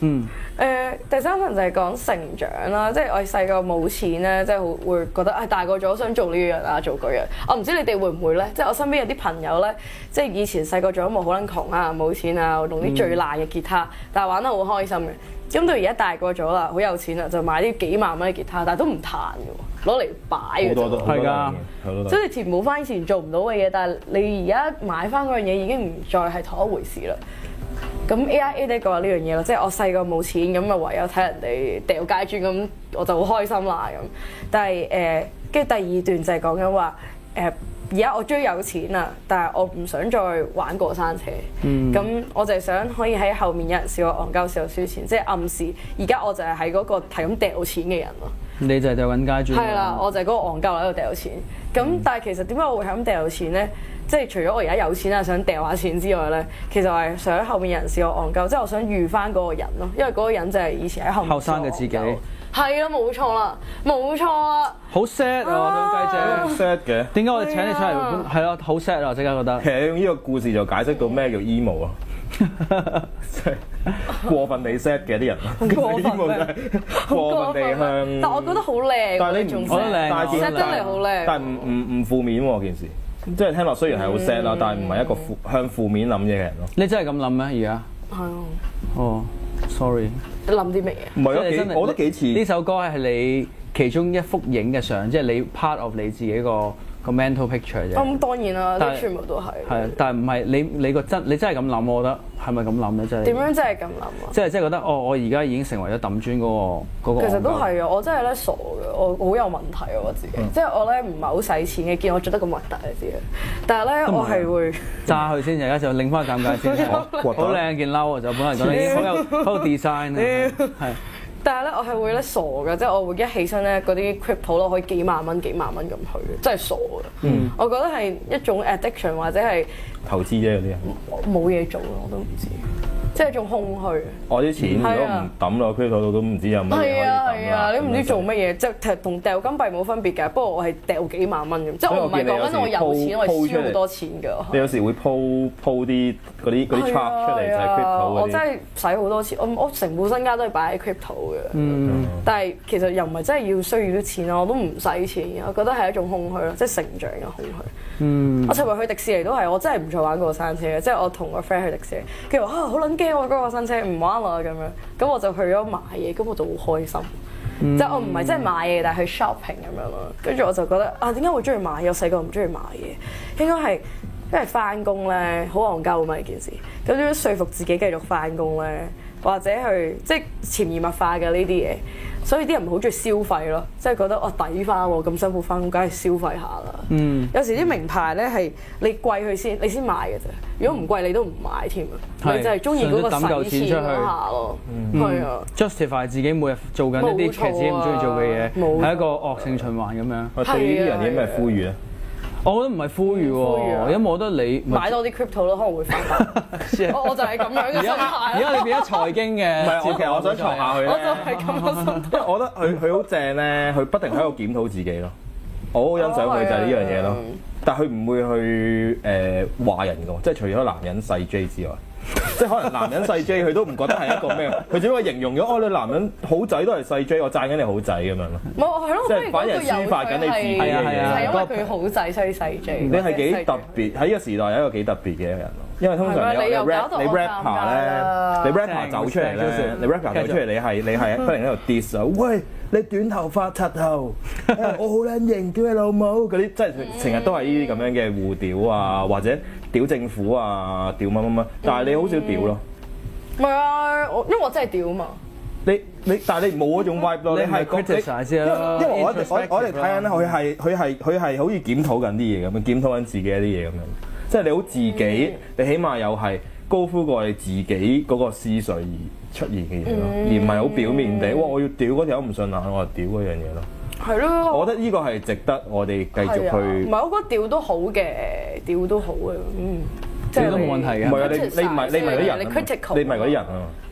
S1: 嗯，
S3: 誒呃第三層就係講成長啦，即係我哋細個冇錢咧，即係好會覺得啊大個咗想做呢樣啊做嗰樣，我唔知你哋會唔會咧？即係我身邊有啲朋友咧，即係以前細個做音樂好撚窮啊，冇錢啊，用啲最爛嘅吉他，但係玩得好開心嘅。咁到而家大個咗啦，好有錢啦，就買啲幾萬蚊嘅吉他，但係都唔彈嘅喎，攞嚟擺嘅
S2: 好
S3: 啫
S2: 多
S3: 喎
S2: 都
S1: 哎係㗎，
S2: 好多都係
S3: 即係你填補翻以前做唔到嘅嘢，但係你而家買翻嗰樣嘢已經唔再係同一回事啦。咁 AIA 呢講呢樣嘢啦，即係我細個冇錢，咁咪唯有睇人哋掉街磚咁，我就好開心啦咁。但係誒，呃跟、住第二段就係講緊話誒，而家我追有錢啦，但係我唔想再玩過山車。咁、我就係想可以喺後面有人笑我戇鳩，笑我輸錢，即係暗示而家我就係喺嗰個係咁掉錢嘅人咯。
S1: 你就係掉緊街磚。
S3: 係啦，我就係嗰個戇鳩喺度掉錢。
S1: 嗯
S3: 咁但係其實點解我會係咁掉錢咧？即係除咗我而家有錢啊，想掉下錢之外咧，其實我係想後面有人笑我戇鳩，即係我想遇翻嗰個人咯，因為嗰個人就係以前喺後面
S1: 後生嘅自己
S3: 笑我戇鳩。係啦，冇錯啦，冇錯啦。
S1: 好 sad 啊，張雞姐。
S2: sad 嘅。
S1: 點解我哋請你出嚟？係咯，好 sad 啊！即刻覺得
S2: 其實用呢個故事就解釋到咩叫 emo 啊，即係過分地 sad 嘅啲人，
S3: 過 分
S2: emo 真係過分地向。
S1: 嗯
S3: 但我覺得好靚喎，
S2: 但係你
S3: 仲
S2: 唔
S1: 我覺得靚啊
S3: set 得嚟好靚
S2: 但係唔唔唔負面喎件事，即係聽落雖然係好 sad
S1: 嗯
S2: 啦，但係唔係一個負向負面諗嘢嘅人咯。
S1: 你真係咁諗咩？而家
S3: 係啊，
S1: 哦，sorry。
S3: 你諗啲乜嘢？
S2: 唔係
S1: 即係你
S2: 啊
S1: 真
S2: 幾，
S1: 係
S2: 我覺得幾
S1: 呢
S2: 似。
S1: 首歌係你其中一幅影嘅相，即係你 part of 你自己個個 mental picture 啫。
S3: 咁當然啦，
S1: 但係
S3: 你全部都係。
S1: 係啊，但係唔係你你個真你真係咁諗，我覺得係咪咁諗咧？真係
S3: 點樣真係咁諗啊？
S1: 即係即係覺得哦，我而家已經成為咗抌磚嗰個嗰個。
S3: 其實都。係啊！我真係咧傻嘅，我好有問題啊！我自己，即係我咧唔係好使錢嘅，見我着得咁核突你知啊！但係咧，啊我係會
S1: 炸佢先，而家就拎翻尷尬先。好好靚件褸啊，就本來講已經好有好有 design 啊，係
S3: 但係咧，我係會咧傻嘅，即係我會一起身咧，嗰啲 crypto 咯，可以幾萬蚊、幾萬蚊咁去嘅，真係傻嘅。我覺得係一種 addiction 或者係
S2: 投資啫嗰啲人，
S3: 冇嘢做咯，我都唔知，即係一種空虛。
S2: 我哦啲錢如果
S3: 係
S2: 唔
S3: 啊
S2: 抌落 crypto 度都唔知有乜嘢可以
S3: 係
S2: 抌
S3: 啊
S2: 啦
S3: 係啊，你唔知做
S2: 咁樣
S3: 乜嘢，即係同掉金幣冇分別嘅。不過我係掉幾萬蚊咁，即係我唔係講緊我有錢，我係輸好多錢㗎。
S2: 你有時會鋪鋪啲嗰啲嗰啲 chart 出嚟就係
S3: 係啊
S2: crypto 嗰啲。
S3: 我真係使好多錢，我我成部身家都係擺喺 crypto 嘅。
S2: 嗯
S3: 但係其實又唔係真係要需要啲錢咯，我都唔使錢嘅。我覺得係一種空虛咯，即係成長嘅空虛。我尋日去迪士尼都係，我真係唔再玩過山車嘅，即係我同個 friend 去迪士尼，跟住話啊好撚驚我嗰個山車唔玩啦咁樣，咁我就去咗買嘢，咁我就好開心。即係我唔係真係買嘢，但係去 shopping 咁樣咯。跟住我就覺得啊，點解會中意買嘢？我細個唔中意買嘢，應該係因為翻工咧好戇鳩啊嘛呢件事，咁點樣說服自己繼續翻工咧？或者去即係潛移默化嘅呢啲嘢，所以啲人唔好中意消費咯，即係覺得我哦抵翻喎，咁辛苦翻工，梗係消費下啦。嗯，有時啲名牌咧係你貴佢先，你先買嘅啫。如果唔貴你都唔買添啊，
S1: 係
S3: 你就係中意嗰個
S1: 純粹抌嚿
S3: 使
S1: 錢
S3: 錢
S1: 出去
S3: 嗰下咯。
S2: 嗯
S3: 係啊，
S1: justify 自己每日做緊一啲其實自己唔中意做嘅嘢，
S3: 冇錯啊
S1: 係一個惡性循環咁樣。
S2: 我對於
S3: 啊
S2: 呢樣嘢咩呼籲啊咧？
S1: 我覺得唔係呼籲
S3: 呼籲
S1: 喎，
S3: 啊
S1: 因為我覺得
S2: 嗯
S1: 你
S3: 買多啲 crypto 咯，可能會翻翻。 我我就係咁樣嘅
S1: 而
S3: 心
S1: 家而
S3: 態
S1: 家
S3: 咯，
S1: 你變咗財經嘅
S2: 唔係，
S1: 節目，
S2: 我其實我想藏下佢
S3: 啊 我就
S2: 咧，
S3: 係咁嘅 心態。
S2: 因為我覺得佢佢好正咧，佢不停喺度檢討自己咯。我好欣賞佢就係呢樣嘢咯
S3: 哦係啊，
S2: 但係佢唔會去誒話人嘅喎，即係除咗男人細 J 之外。即係可能男人細 J 佢都唔覺得係一個咩，佢只不過形容咗哦你男人好仔都係細 J，我讚緊你好仔咁樣咯。
S3: 冇係咯，
S2: 即
S3: 不
S2: 係
S3: 如
S2: 反
S3: 講
S2: 而
S3: 句有
S2: 抒發緊你自己嘅
S1: 係啊係啊
S3: 係因為
S2: 嘢。
S3: 佢好仔，所以細 J。
S2: 你係幾特別喺呢個時代係一個幾特別嘅一個人咯，因為通常
S3: 係咩
S2: 你
S3: 你
S2: 有
S3: 又
S2: 你
S3: 搞
S2: rap
S3: 到
S2: 你
S3: 我
S2: rapper
S3: 尷尬啦
S2: 咧，你 rapper 走出嚟
S1: 正正
S2: 咧
S1: 正，
S2: 你 rapper 走出嚟，你係你係不停喺度 diss 啊，喂你短頭髮柒 頭，誒我好撚型，屌你老母嗰啲，即係成日都係呢啲咁樣嘅互屌啊，或者屌政府啊，屌乜乜乜，但係你好少屌咯。
S3: 唔係啊，我因為我真係屌嘛。
S2: 你你，但係你冇
S3: 嗯
S2: 嗰種 vibe 咯，
S1: 你
S2: 你
S1: 唔
S2: 係
S1: 係
S2: 覺得
S1: criticize
S2: 因為
S3: 啊
S1: 啦
S2: 因為我一直我
S1: introspective
S2: 我哋睇緊咧，佢係佢係佢係好似檢討緊啲嘢咁樣，檢討緊自己一啲嘢咁樣，即係你好自
S3: 嗯
S2: 己，你起碼又係高呼過你自己嗰個思緒而出現嘅嘢咯，
S3: 嗯
S2: 而唔係好表面地，哇！我要屌嗰條友唔順眼，我就屌嗰樣嘢咯。
S3: 係咯，
S2: 我覺得呢個係值得我哋繼續
S3: 係啊唔
S2: 去
S3: 係我覺得調都好嘅，調都好嘅，嗯，即係
S1: 你都冇問題嘅
S2: 唔係啊，你
S3: 出晒
S2: 你唔係你唔係嗰啲人啊
S3: 你
S2: 嘛，
S3: critical
S2: 你唔係嗰啲人啊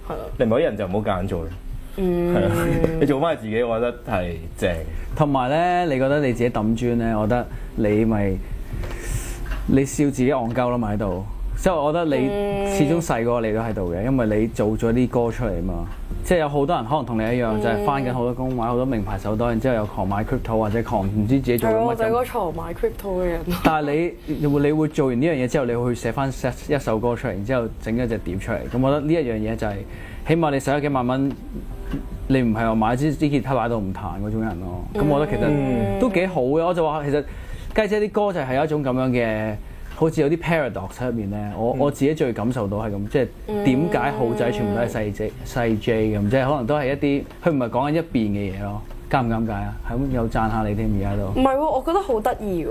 S3: 係咯，嗯
S2: 你唔係嗰啲人就唔好夾硬做啦。係啊， 你做翻自己，我覺得係正。
S1: 同埋咧，你覺得你自己抌磚咧，我覺得你咪你笑自己戇鳩啦嘛喺度，即係我覺得你始終細過你都喺度嘅，因為你做咗啲歌出嚟嘛。即係有好多人可能同你一樣，就係翻緊好多工，買好多名牌手袋，然之後又狂買 crypto 或者狂唔知自己做
S3: 係
S1: 緊
S3: 咯，
S1: 乜
S3: 我就係嗰個
S1: 咁。
S3: 嘈買 crypto 嘅人。
S1: 但係你你會你會做完呢樣嘢之後，你會寫翻一首歌出嚟，然之後整一隻碟出嚟。咁我覺得呢一樣嘢就係、起碼你使咗幾萬蚊，你唔係話買支支吉他擺到唔彈嗰種人咯。咁我覺得其實都幾好嘅。我就話其實雞姐啲歌就係有一種咁樣嘅，好似有啲 paradox 喺入面咧。我我自己最感受到係咁，即係點解好仔全部都係細 J 細 J 咁，即係可能都係一啲佢唔係講緊一邊嘅嘢咯。尷唔尷尬啊？係咁又讚下你添，而家都
S3: 唔。係喎，我覺得好得意喎。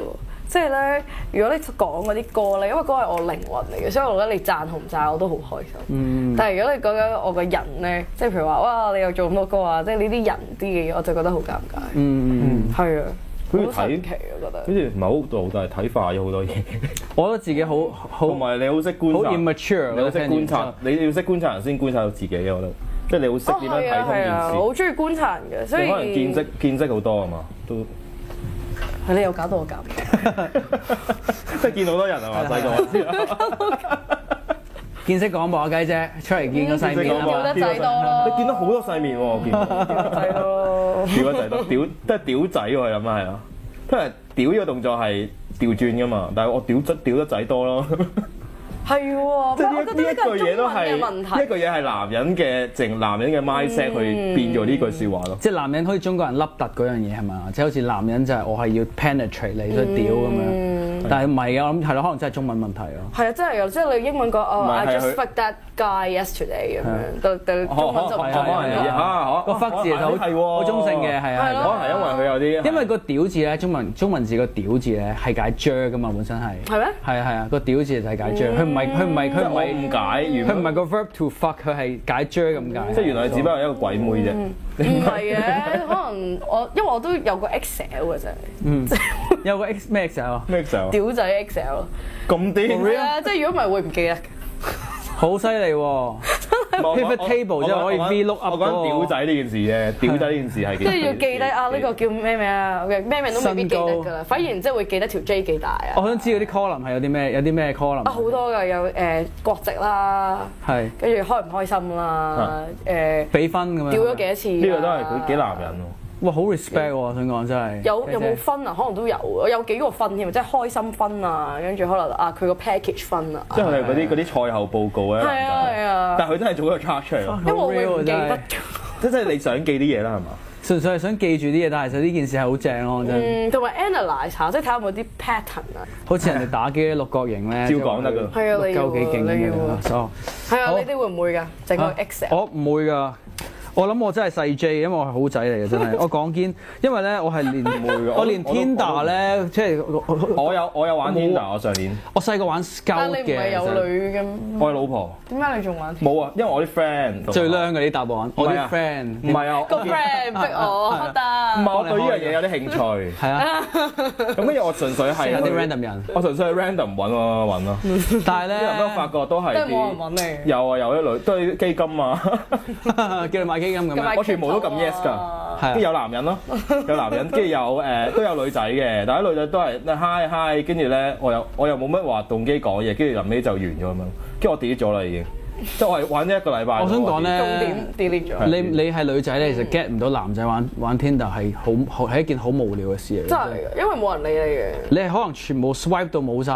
S3: 即係咧，如果你講嗰啲歌咧，因為歌係我靈魂嚟嘅，所以我覺得你讚同唔讚我都好開心。但係如果你講緊我個人咧，即係譬如話，哇，你又做咁多歌啊，即係呢啲人啲嘅嘢，我就覺得好尷尬。
S1: 嗯。
S3: 係啊，
S2: 好似
S3: 好神奇啊，我覺得
S2: 好。似唔係好度，但係睇化咗好多嘢，
S1: 我覺得自己好好
S2: 同埋你好識觀察，
S1: 好 immature
S2: 你
S1: 咯
S2: 好識
S1: 聽完
S2: 觀
S1: 之後
S2: 察，你要識觀察人先觀察到自己，我覺得，即係你好識點樣睇通
S3: 係啊，我
S2: 件
S3: 好中意觀察人嘅，啊所
S2: 事，
S3: 以
S2: 你可能見識見識好多啊嘛，都
S3: 係你又搞到我尷尬。
S2: 即係見好多人啊嘛，細個嗰時
S1: 見識廣播啊雞姐，出嚟見個世面
S2: 見識廣播
S1: 啊
S3: 叫
S1: 嘛
S3: 得仔多咯，
S2: 你見到好多世面喎，我 見到。
S3: 係咯。
S2: 屌個仔都屌，都係屌仔喎，咁啊係啊，因為屌呢個動作係調轉噶嘛，但係我屌得屌得仔多咯，
S3: 係喎，
S2: 即係
S3: 我
S2: 呢
S3: 覺
S2: 呢
S3: 得
S2: 一
S3: 呢個係
S2: 句嘢都
S3: 中文嘅問
S2: 係
S3: 題
S2: 一。句嘢係男人嘅淨男人嘅 mindset
S3: 嗯
S2: 去變咗呢句説話咯。
S1: 即係男人好似中國人凹凸嗰樣嘢係嘛？即係好似男人就係我係要 penetrate 你，
S3: 嗯
S1: 所以屌咁樣。但係唔係嘅，我諗係咯，可能真係中文問題咯。
S3: 係啊，真係啊！即係你英文講
S2: 唔
S3: 哦
S2: 係
S3: ，I
S2: 係佢啊
S3: just
S2: 哦
S3: fuck that guy yesterday 咁樣，到到中文就
S1: 係
S3: 唔
S2: 可
S1: 啊
S3: 同
S2: 能
S1: 係
S2: 係
S1: 啊
S3: 啦。
S2: 嚇，
S1: 個 fuck 字其實好
S2: 係喎
S1: 好中性嘅，係
S3: 係
S1: 啊。
S2: 可
S1: 係
S3: 咯
S1: 啊
S2: 能係因為佢有啲
S1: 因為個屌字咧，中文中文字個屌字咧係解 j 噶嘛，本身係。
S3: 係咩嗯
S1: 係啊係啊，個屌字就係解 j，佢唔係佢唔係佢唔
S2: 我
S1: 係
S2: 誤解，原
S1: 佢唔
S2: 本
S1: 係個 verb to fuck，佢係嗯解 j 咁解。
S2: 即係原來只不過係一個鬼妹啫，
S3: 唔係嘅，可能我因為我都有個 Excel 嘅真係，即係
S1: 有個 X 咩 X 啊？
S2: 咩時候
S3: 屌仔 Excel。
S2: 咁癲
S3: 係？啊，即係如果唔係會唔記 得嘅。
S1: 好犀利喎！Pivot table 即係可以 V look up
S2: 我講
S1: 嗰個
S2: 屌仔呢件事啫，屌仔呢件事係
S3: 即係要記低啊！呢個叫咩名啊？OK，咩名都未必記得
S1: 身
S3: 㗎
S1: 高
S3: 啦，反而即係會記得條 J 幾大啊！
S2: 哦
S1: 我想知嗰啲 column 係有啲咩，有啲咩 column？
S3: 啊好多㗎，有誒國籍啦，
S1: 係
S3: 跟住開唔開心啦，誒
S1: 比分咁樣。
S3: 屌咗幾多次啊。
S2: 啊呢個都係佢幾男人喎。
S1: 哇，好 respect 喎！我想講真係。
S3: 有有冇
S1: 姐姐
S3: 分啊？可能都有啊，有幾個分添，即係開心分啊，跟住可能啊佢個 package 分啊，
S2: 即係佢哋嗰啲嗰啲賽後報告咧，
S3: 係啊係啊
S2: 但係佢真係做咗個 chart 出 嚟咯，
S3: 因為我會唔記
S1: 好 real
S3: 得
S1: 啊真係。
S2: 即係你想記啲嘢啦，係嘛？
S1: 純粹係想記住啲嘢，但係其實呢件事係好正咯，真係。
S3: 嗯，同埋 analyse 下，即係睇下有冇啲 pattern 啊。
S1: 好似人哋打機六角形咧，
S2: 照講得㗎
S1: 即係話佢
S3: 係啊
S1: 六鳩幾勁
S3: 你
S1: 嘅
S3: 要啊
S1: 所
S3: 係啊，
S1: 好
S3: 你哋會唔會㗎？整個
S1: 啊
S3: Excel。
S1: 我唔會㗎。我諗我真係細 J，因為我係好仔嚟嘅，真 係。我講堅，因為咧我係
S2: 會㗎
S1: 連
S2: 我
S1: 我連
S2: 我都
S1: Tinder 咧，即係我我
S2: 我有我有玩
S1: 我冇
S2: Tinder，我上啊年
S1: 我細個玩 scout
S3: 但你
S1: 嘅，
S3: 唔係有女嘅，
S2: 我有老婆，
S3: 點解你仲 玩？
S2: 冇啊，因為我啲 friend 同
S1: 嗯最
S2: 學
S1: 靚嘅呢答案，
S2: 唔
S1: 我
S2: 係
S1: 啲
S2: 啊
S1: friend
S2: 唔係啊，我
S3: 個 friend 逼我
S2: 唔
S3: 得。
S2: 係我對呢樣嘢有啲興趣，
S1: 係啊，
S2: 咁跟住我純粹係
S1: 有啲
S2: 去
S1: random 人，
S2: 我純粹係 random 揾揾揾咯，因
S1: 但係
S2: 為都發
S1: 咧
S2: 覺都係
S3: 即係冇
S2: 啲
S3: 人揾你。
S2: 有啊有啲女都係基金 啊，
S1: 叫你買基金咁
S3: 咁咪
S1: 樣，
S2: 我全部都撳 yes 㗎跟
S1: 係啊
S2: 住有男人咯，有男人，跟住有誒都有女仔嘅，但係啲女仔都係 hi hi，跟住咧我又我又冇乜話動機講嘢，跟住臨尾就完咗咁樣，跟住我 delete 咗啦已經，即係我係玩咗一個禮拜。
S1: 我想講
S3: 重
S1: 咧
S3: 點。delete 咗。
S1: 你你係女仔咧，
S2: 嗯
S1: 其實 get 唔到男仔玩玩 Tinder 係好係一件好無聊嘅事嚟嘅。
S3: 真係㗎，因為冇人理
S1: 你係可能全部 swipe 到冇晒，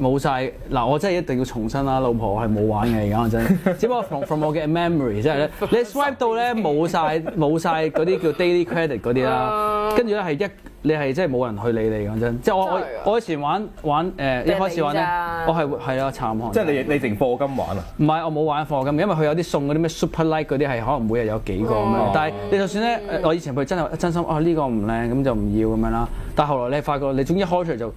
S1: 冇晒。嗱，我真係一定要重申啦，老婆我係冇玩嘅而家我真 係，只不過 from from 我嘅 memory 即係咧，你 swipe 到咧冇晒冇晒嗰啲叫 daily credit 嗰啲啦，跟住咧係一你係真係冇人去理你講真，即係我
S3: 啊真係㗎
S1: 我我以前玩玩誒一開始玩咧
S3: 掟你咋，
S1: 我係係啊慘寒，
S2: 即係你你成課金玩啊？
S1: 唔係，我冇玩課金，因為佢有啲送嗰啲咩 super like 嗰啲係可能每
S3: 哦
S1: 日有幾個咁樣。但係你就算咧，誒我以前佢真係真心啊呢個唔靚咁就唔要咁樣啦。但係後來你發覺你總之開出嚟就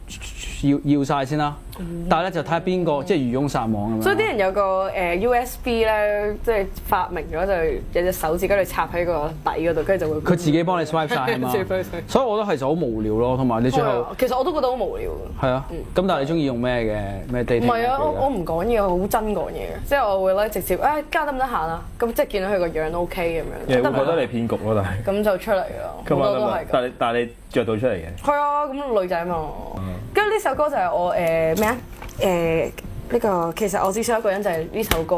S1: 要要晒先啦。
S3: 嗯
S1: 但係咧就睇下邊個即係漁翁撒網咁樣。
S3: 所以 啲人有個誒 USB 咧，即係發明咗就有隻手指跟住插喺個底嗰度，跟住就會
S1: 佢自己幫你 swipe 晒係嘛
S3: 自己幫你 swipe？
S1: 所以我覺得其實好無聊咯，同埋你最
S3: 係
S1: 後
S3: 啊其實我都覺得好無聊㗎。
S1: 係啊。咁但係你中意用咩嘅咩 dating？
S3: 嗯唔係啊，
S1: app 嚟
S3: 我
S1: 㗎
S3: 我唔講嘢，我好真講嘢嘅，即係我會咧直接誒家得唔得閒啊？咁即係見到佢個樣 OK 咁
S2: 你
S3: 樣，
S2: 會
S3: 得
S2: 覺
S3: 咪
S2: 得你啊騙局咯，但
S3: 咁就出嚟咯，
S2: 係
S3: 好多都係
S2: 但
S3: 咁。
S2: 係但係你着到出嚟嘅，
S3: 係啊，咁女仔嘛，
S2: 嗯
S3: 跟住呢首歌就係我誒咩啊誒呢個其實我只想一個人就係呢首歌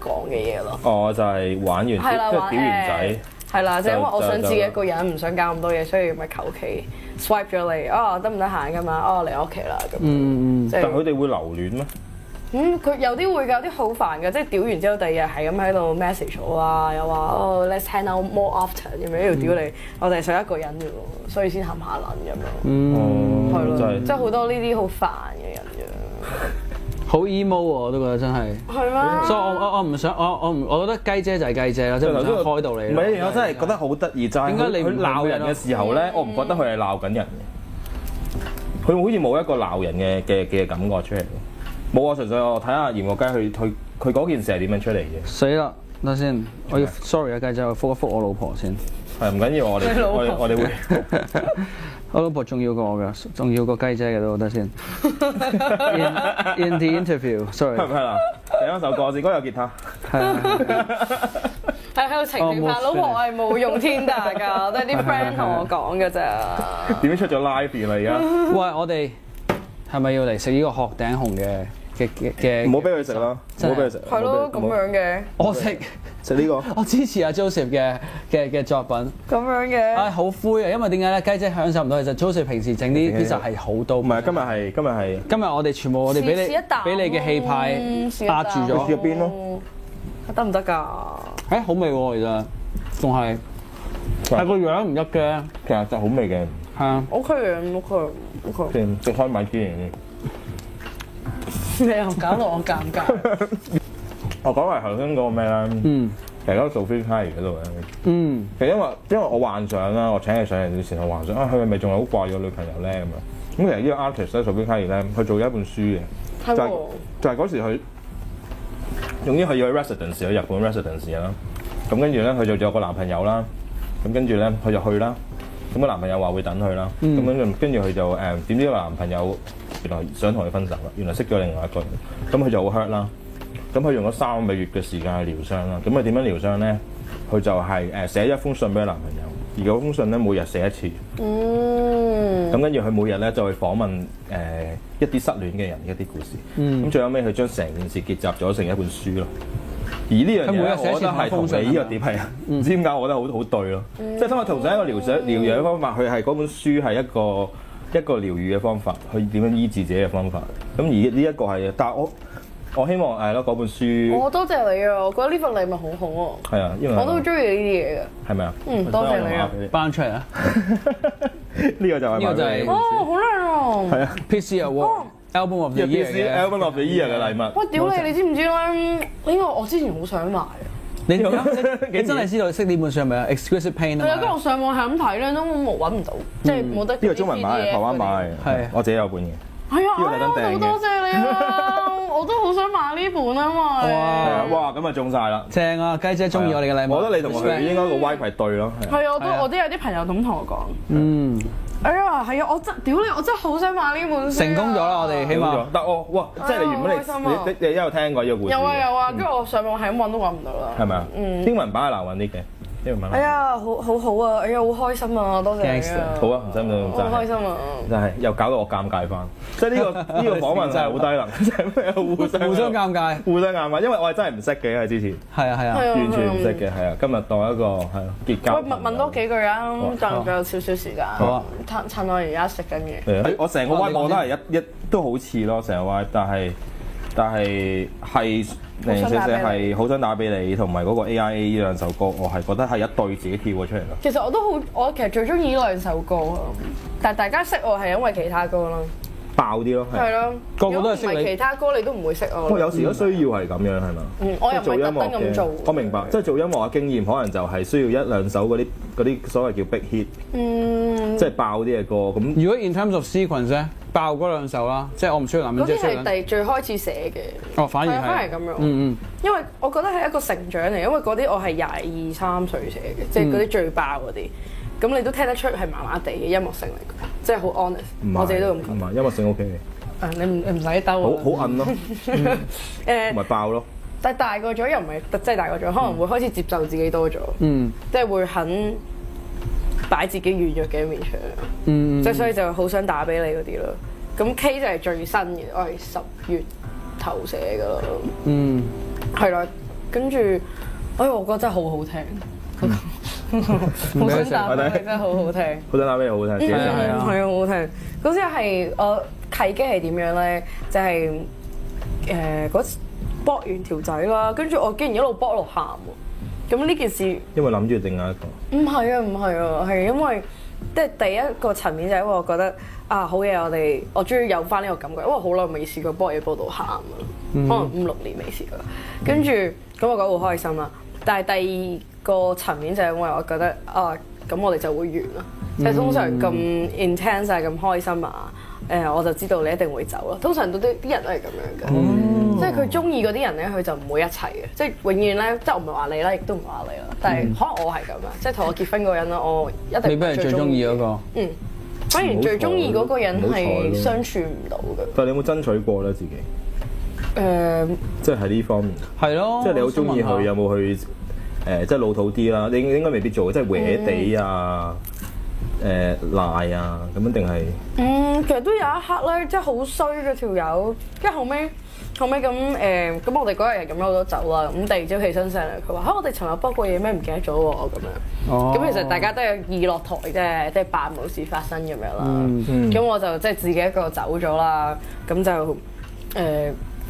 S3: 講嘅嘢咯，
S2: 我就係玩完即
S3: 係啦，
S2: 係
S3: 話
S2: 表完仔
S3: 誒。係啦，就因為我想自己
S2: 就
S3: 一個人，唔想搞咁多嘢，所以咪求其 swipe 咗你，哦得唔得閒㗎嘛，哦嚟我屋企啦咁，
S1: 嗯嗯
S3: 即
S2: 但佢
S3: 係
S2: 哋會留戀咩？
S3: 嗯佢有啲會㗎，有啲好煩㗎，即係屌完之後第二日係咁喺度 message 我啊，又話哦 let's hang out more often 咁樣，要屌你，我哋係想一個人啫喎，所以先冚下撚咁樣，
S1: 嗯，
S2: 就
S3: 係咯，
S2: 係
S3: 即係好多呢啲好煩嘅人嘅。
S1: 好 emo 喎，我都覺得真係。
S3: 係咩？
S1: 所以我我我唔想我我唔我覺得雞姐就係雞姐啦，即係唔想開到你
S2: 唔
S1: 咯。
S2: 係，我真係覺得好得意，就係
S1: 點
S2: 點
S1: 解
S2: 解
S1: 你唔
S2: 佢鬧人嘅時候咧，我唔覺得佢係鬧緊人嘅，佢好似冇一個鬧人嘅嘅嘅感覺出嚟。冇啊，純粹我睇下鹽焗雞，佢佢佢嗰件事係點樣出嚟 嘅？
S1: 死啦！等下先，我要 sorry 啊，雞姐，我覆一覆我老婆先。
S2: 係唔緊要，我哋
S3: 你老婆
S2: 我哋我哋會
S1: 我老婆重要過我㗎，重要過雞姐嘅都覺得先。In, in the interview，sorry，
S2: 係咪啦？第一首歌先，嗰個有吉他，
S1: 係啊係啊
S3: 係喺度情定
S1: Almost
S3: 下，老婆我係冇用 Tinder 㗎，都係啲 friend 同我講㗎咋。
S2: 點樣出咗 live 啦？而家
S1: 喂，我哋係咪要嚟食呢個鶴頂紅嘅嘅嘅嘅？
S2: 唔好俾佢食啦，唔
S1: 真係
S2: 好俾佢食。
S3: 係咯，
S2: 唔好
S3: 咁
S2: 俾佢
S3: 樣嘅，
S1: 我食，
S2: 食呢個。
S1: 我支持阿 Joseph 嘅嘅嘅作品。
S3: 咁樣
S1: 唉，
S3: 嘅。
S1: 好灰啊，因為點解咧？雞姐享受唔到，其實 Joseph 平時整啲 pizza 係好到。
S2: 唔係，今日係今日係
S1: 今日我哋全部我哋俾
S3: 試一啖
S1: 你俾你嘅氣派
S3: 嗯試一啖
S1: 壓住
S2: 佢試
S1: 咗
S2: 咗，邊
S3: 咯？得唔得㗎？
S1: 誒好味喎，其實仲係，但係個樣唔得嘅，
S2: 其實就好味嘅，
S1: 係啊，
S3: OK 嘅，OK 嘅 OK
S2: 即係食開米芝蓮。
S3: 嘅。你又搞到我尷尬。
S2: 我哦講埋頭先嗰個咩啦，
S1: 嗯
S2: 其實嗰個做 free pie 嗰度咧。
S1: 嗯，
S2: 其實因為因為我幻想啦，我請佢上嚟之前，我幻想啊，佢係咪仲係好掛住個女朋友咧咁樣？咁其實呢個 artist 咧，索比卡爾咧，佢做咗一本書嘅，
S3: 係
S2: 就係
S3: 喎，
S2: 就係嗰時佢，總之佢要去 residence 去日本 residence 啦。咁跟住咧，佢就有個男朋友啦。咁跟住咧，佢就去啦。咁個男朋友話會等佢啦。咁跟住跟住佢就誒，點知個男朋友原來想同佢分手啦，原來識咗另外一個人。咁佢就好 hurt 啦。咁佢用咗三個月嘅時間去療傷啦。咁佢點樣療傷咧？佢就係誒寫一封信俾佢男朋友，而嗰封信咧每日寫一次。
S3: 嗯，
S2: 咁跟住佢每日咧就去訪問誒、呃一啲失戀嘅人嘅一啲故事，咁、
S1: 嗯
S2: 最後尾佢將成件事結集咗成一本書咯。而呢樣
S1: 佢每日
S2: 嘢
S1: 寫一次
S2: 我覺得係同你呢個點係啊，
S1: 嗯
S2: 唔知點解我覺得好好對咯。即係當我同上一個療養療養方法，佢係嗰本書係一個一個療愈嘅方法，去點樣醫治自己嘅方法。咁而呢一個係，但係我我希望係咯嗰本書
S3: 我多謝你啊！我覺得呢份禮物好好
S2: 係啊，因為
S3: 啊，我都好中意呢啲嘢嘅。
S2: 係咪啊？
S3: 嗯多謝你啊
S2: 所以我
S1: 翻出嚟啦呢個就係
S2: 買俾你！呢個就係買俾你
S3: 哦，好靚啊！
S1: ，PC Award Album of the
S2: 一
S1: Year
S2: piece
S1: 嘅，
S2: album of the year 嘅禮物。
S3: 喂，屌你！你知唔知咧？呢個我之前好想買啊！
S1: 你你真係知道識呢本書係咪啊？Exquisite Pain
S3: 係啊，
S1: 啊
S3: 跟住我
S1: 嘛，
S3: 上網係咁睇咧，都冇揾唔到，即係冇得。呢
S2: 嗯呢個中文版係台灣版嚟
S1: 係
S2: 嘅，我自己有本嘅。
S3: 係啊，
S2: 呢個特登訂嘅
S3: 哎呀好多謝你啊！我 都好想買呢本
S1: 哇
S3: 啊，
S2: 係啊，哇，咁啊中晒啦！
S1: 正啊，雞姐中意我哋嘅禮物，
S2: 我覺得你同佢應該個 vibe 係對咯，
S3: 因為係啊，我
S1: 係啊
S3: 都我都有啲朋友咁同我講，
S1: 嗯
S3: 哎呀，係啊，我真屌你，我真係好想買呢本書啊
S1: 成功咗啦，我哋起
S2: 係
S1: 碼
S2: 嘛？。但我哇，即係你原
S3: 哎呀好開心啊
S2: 本你你你你有聽過呢個故事嘅？
S3: 有啊有啊，跟住我上網係咁揾都揾唔到啦。
S2: 係咪啊？英文版係難揾啲嘅，英文版。
S3: 哎，呀，好好好啊！哎呀，好開心啊！多謝你啊
S1: Gangster！
S2: 好啊，唔使咁
S3: 我好
S2: 樣
S3: 開心啊！
S2: 真係又搞到我尷尬翻。即係呢個呢個訪問真係好低能，真係互相
S1: 互相尷尬，
S2: 互相尷尬，因為我係真係唔識嘅喺之前，
S1: 係啊係啊，
S3: 係啊
S2: 完全唔識嘅，係啊。今日當一個係咯結交。
S3: 喂，問問多幾句啊，
S1: 好
S3: 賺咗少少時間，
S1: 好啊
S3: 趁趁我而家食緊嘢。
S2: 係啊我成個
S1: 哦
S2: Y
S1: 你講
S2: 我都係一一都好似咯，成個 Y，但係但係係零零舍舍係好想打俾你，同埋嗰個 AIA 呢兩首歌，我係覺得係一對自己跳咗出嚟咯。
S3: 其實我都好，我其實最中意呢兩首歌啊，但係大家識我係因為其他歌啦。
S2: 爆啲咯，
S3: 係
S2: 係。
S3: 咯。
S1: 個個都係識
S3: 如果唔
S1: 你
S3: 係其他歌你都唔會識我
S2: 不過
S3: 咯。
S2: 有時都需要係咁樣係嘛？
S3: 嗯，我又唔
S2: 做
S3: 係
S2: 音
S3: 特
S2: 樂
S3: 登咁
S2: 嘅
S3: 做。嗯
S2: 我明白，即係做音樂嘅經驗，可能就係需要一兩首嗰啲嗰啲所謂叫 big hit，
S3: 嗯，
S2: 即係爆啲嘅歌。咁
S1: 如果 in terms of sequence 咧，爆嗰兩首啦，即係我唔需要諗，
S3: 嗰
S1: 即
S3: 啲
S1: 係需
S3: 係
S1: 要諗。
S3: 第最開始寫嘅。
S1: 哦，反而
S3: 係啊反而
S1: 係
S3: 咁樣
S1: 嗯
S3: 因為我覺得係一個成長嚟，因為嗰啲我係廿二三歲寫嘅，即係嗰啲最爆嗰啲。咁你都聽得出係麻麻地嘅音樂性嚟嘅，即係好 honest。我自己都咁
S2: 唔
S3: 覺
S2: 係音樂性 OK，
S3: 啊。你唔你唔使
S2: 好
S3: 兜啊。
S2: 好摁咯，
S3: 誒
S2: 咪爆咯。
S3: 但係大個咗又唔係特真係大個咗，可能會開始接受自己多咗，
S1: 嗯
S3: 即係會肯擺自己軟弱嘅一面出嚟。
S1: 嗯嗯
S3: 即係所以就好想打俾你嗰啲咯。咁 K 就係最新嘅，我係十月頭寫噶咯，
S1: 嗯，
S3: 係啦。跟住，哎，我覺得真係好好聽，
S1: 嗯
S3: 好想打俾你真係好好聽。
S2: 好想打咩好聽？自己
S3: 嗯，
S1: 啊係
S2: 整
S1: 啊
S3: 係啊，好好聽。嗰時係我契機係點樣咧？就係誒嗰次搏完條仔啦，跟住我竟然一路搏落喊喎。咁呢件事
S2: 因為諗住另外一個。
S3: 唔係啊，唔係啊，係因為即係第一個層面就係因為我覺得啊，好嘢，我哋我終於有翻呢個感覺，因為我好耐未試過幫嘢報到喊啦，可能五六年未試過。跟住咁我覺得好開心啦。但係第二個層面就係因為我覺得啊，咁我哋就會完啦。即係通常咁 intense 啊，咁開心啊，誒、我就知道你一定會走啦。通常都啲啲人都係咁樣嘅，
S1: 嗯
S3: 即係佢中意嗰啲人咧，佢就唔會一齊嘅，即係永遠咧，即係我唔係話你啦，亦都唔係話你啦，但係可能我係咁啊，即係同我結婚嗰個人啦，我一定
S1: 嗯你不如最中意嗰個。
S3: 嗯，反而最中意嗰個人係相處唔到嘅，誒、
S2: 但係你有冇爭取過咧？自己即係喺呢方面，
S1: 係咯。
S2: 即係你好中意
S1: 哦我想
S2: 佢，有
S1: 問下
S2: 冇去誒？即係老土啲啦，你應應該未必做，即係搲地啊、誒賴啊咁樣，定係
S3: 嗯，其實都有一刻咧，即係好衰嘅條友，跟住後尾後尾咁誒，咁、我哋嗰日係咁攞咗走啦，咁第二朝起身上嚟，佢話嚇我哋尋日幫過嘢咩唔記得咗喎咁樣。
S1: 哦
S3: 咁其實大家都有意落台啫，即係扮冇事發生咁樣啦。
S2: 嗯
S3: 咁、我就即係自己一個走咗啦，咁就誒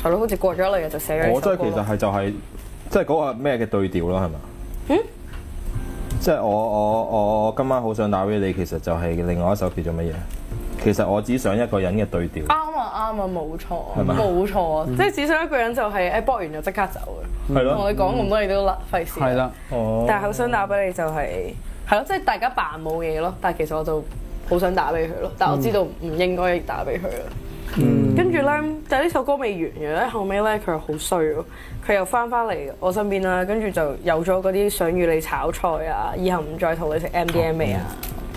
S3: 係咯，好似過咗兩日就寫咗呢
S2: 我真
S3: 首歌
S2: 係其實
S3: 啦。
S2: 係就係即係嗰個咩嘅對調啦，係嘛？即係我我我我今晚好想打俾你，其實就係另外一首叫做乜嘢？其實我只想一個人嘅對調，
S3: 啱啊啱啊，冇錯
S2: 咪
S3: 冇錯啊，即係只想一個人就係哎誒搏完就即刻走嘅，
S2: 係
S3: 同
S2: 咯。
S3: 你講咁多嘢都啦，費事。
S1: 係啦。
S2: 哦
S3: 但係好想打俾你就係係咯，即係大家扮冇嘢咯，但係其實我就好想打俾佢咯，但係我知道唔應該打俾佢啦。跟住咧，但係呢首歌未完嘅咧，後尾咧佢又好衰喎，佢又翻翻嚟我身邊啦，跟住就有咗嗰啲想與你炒菜啊，以後唔再同你食 MDMA 啊。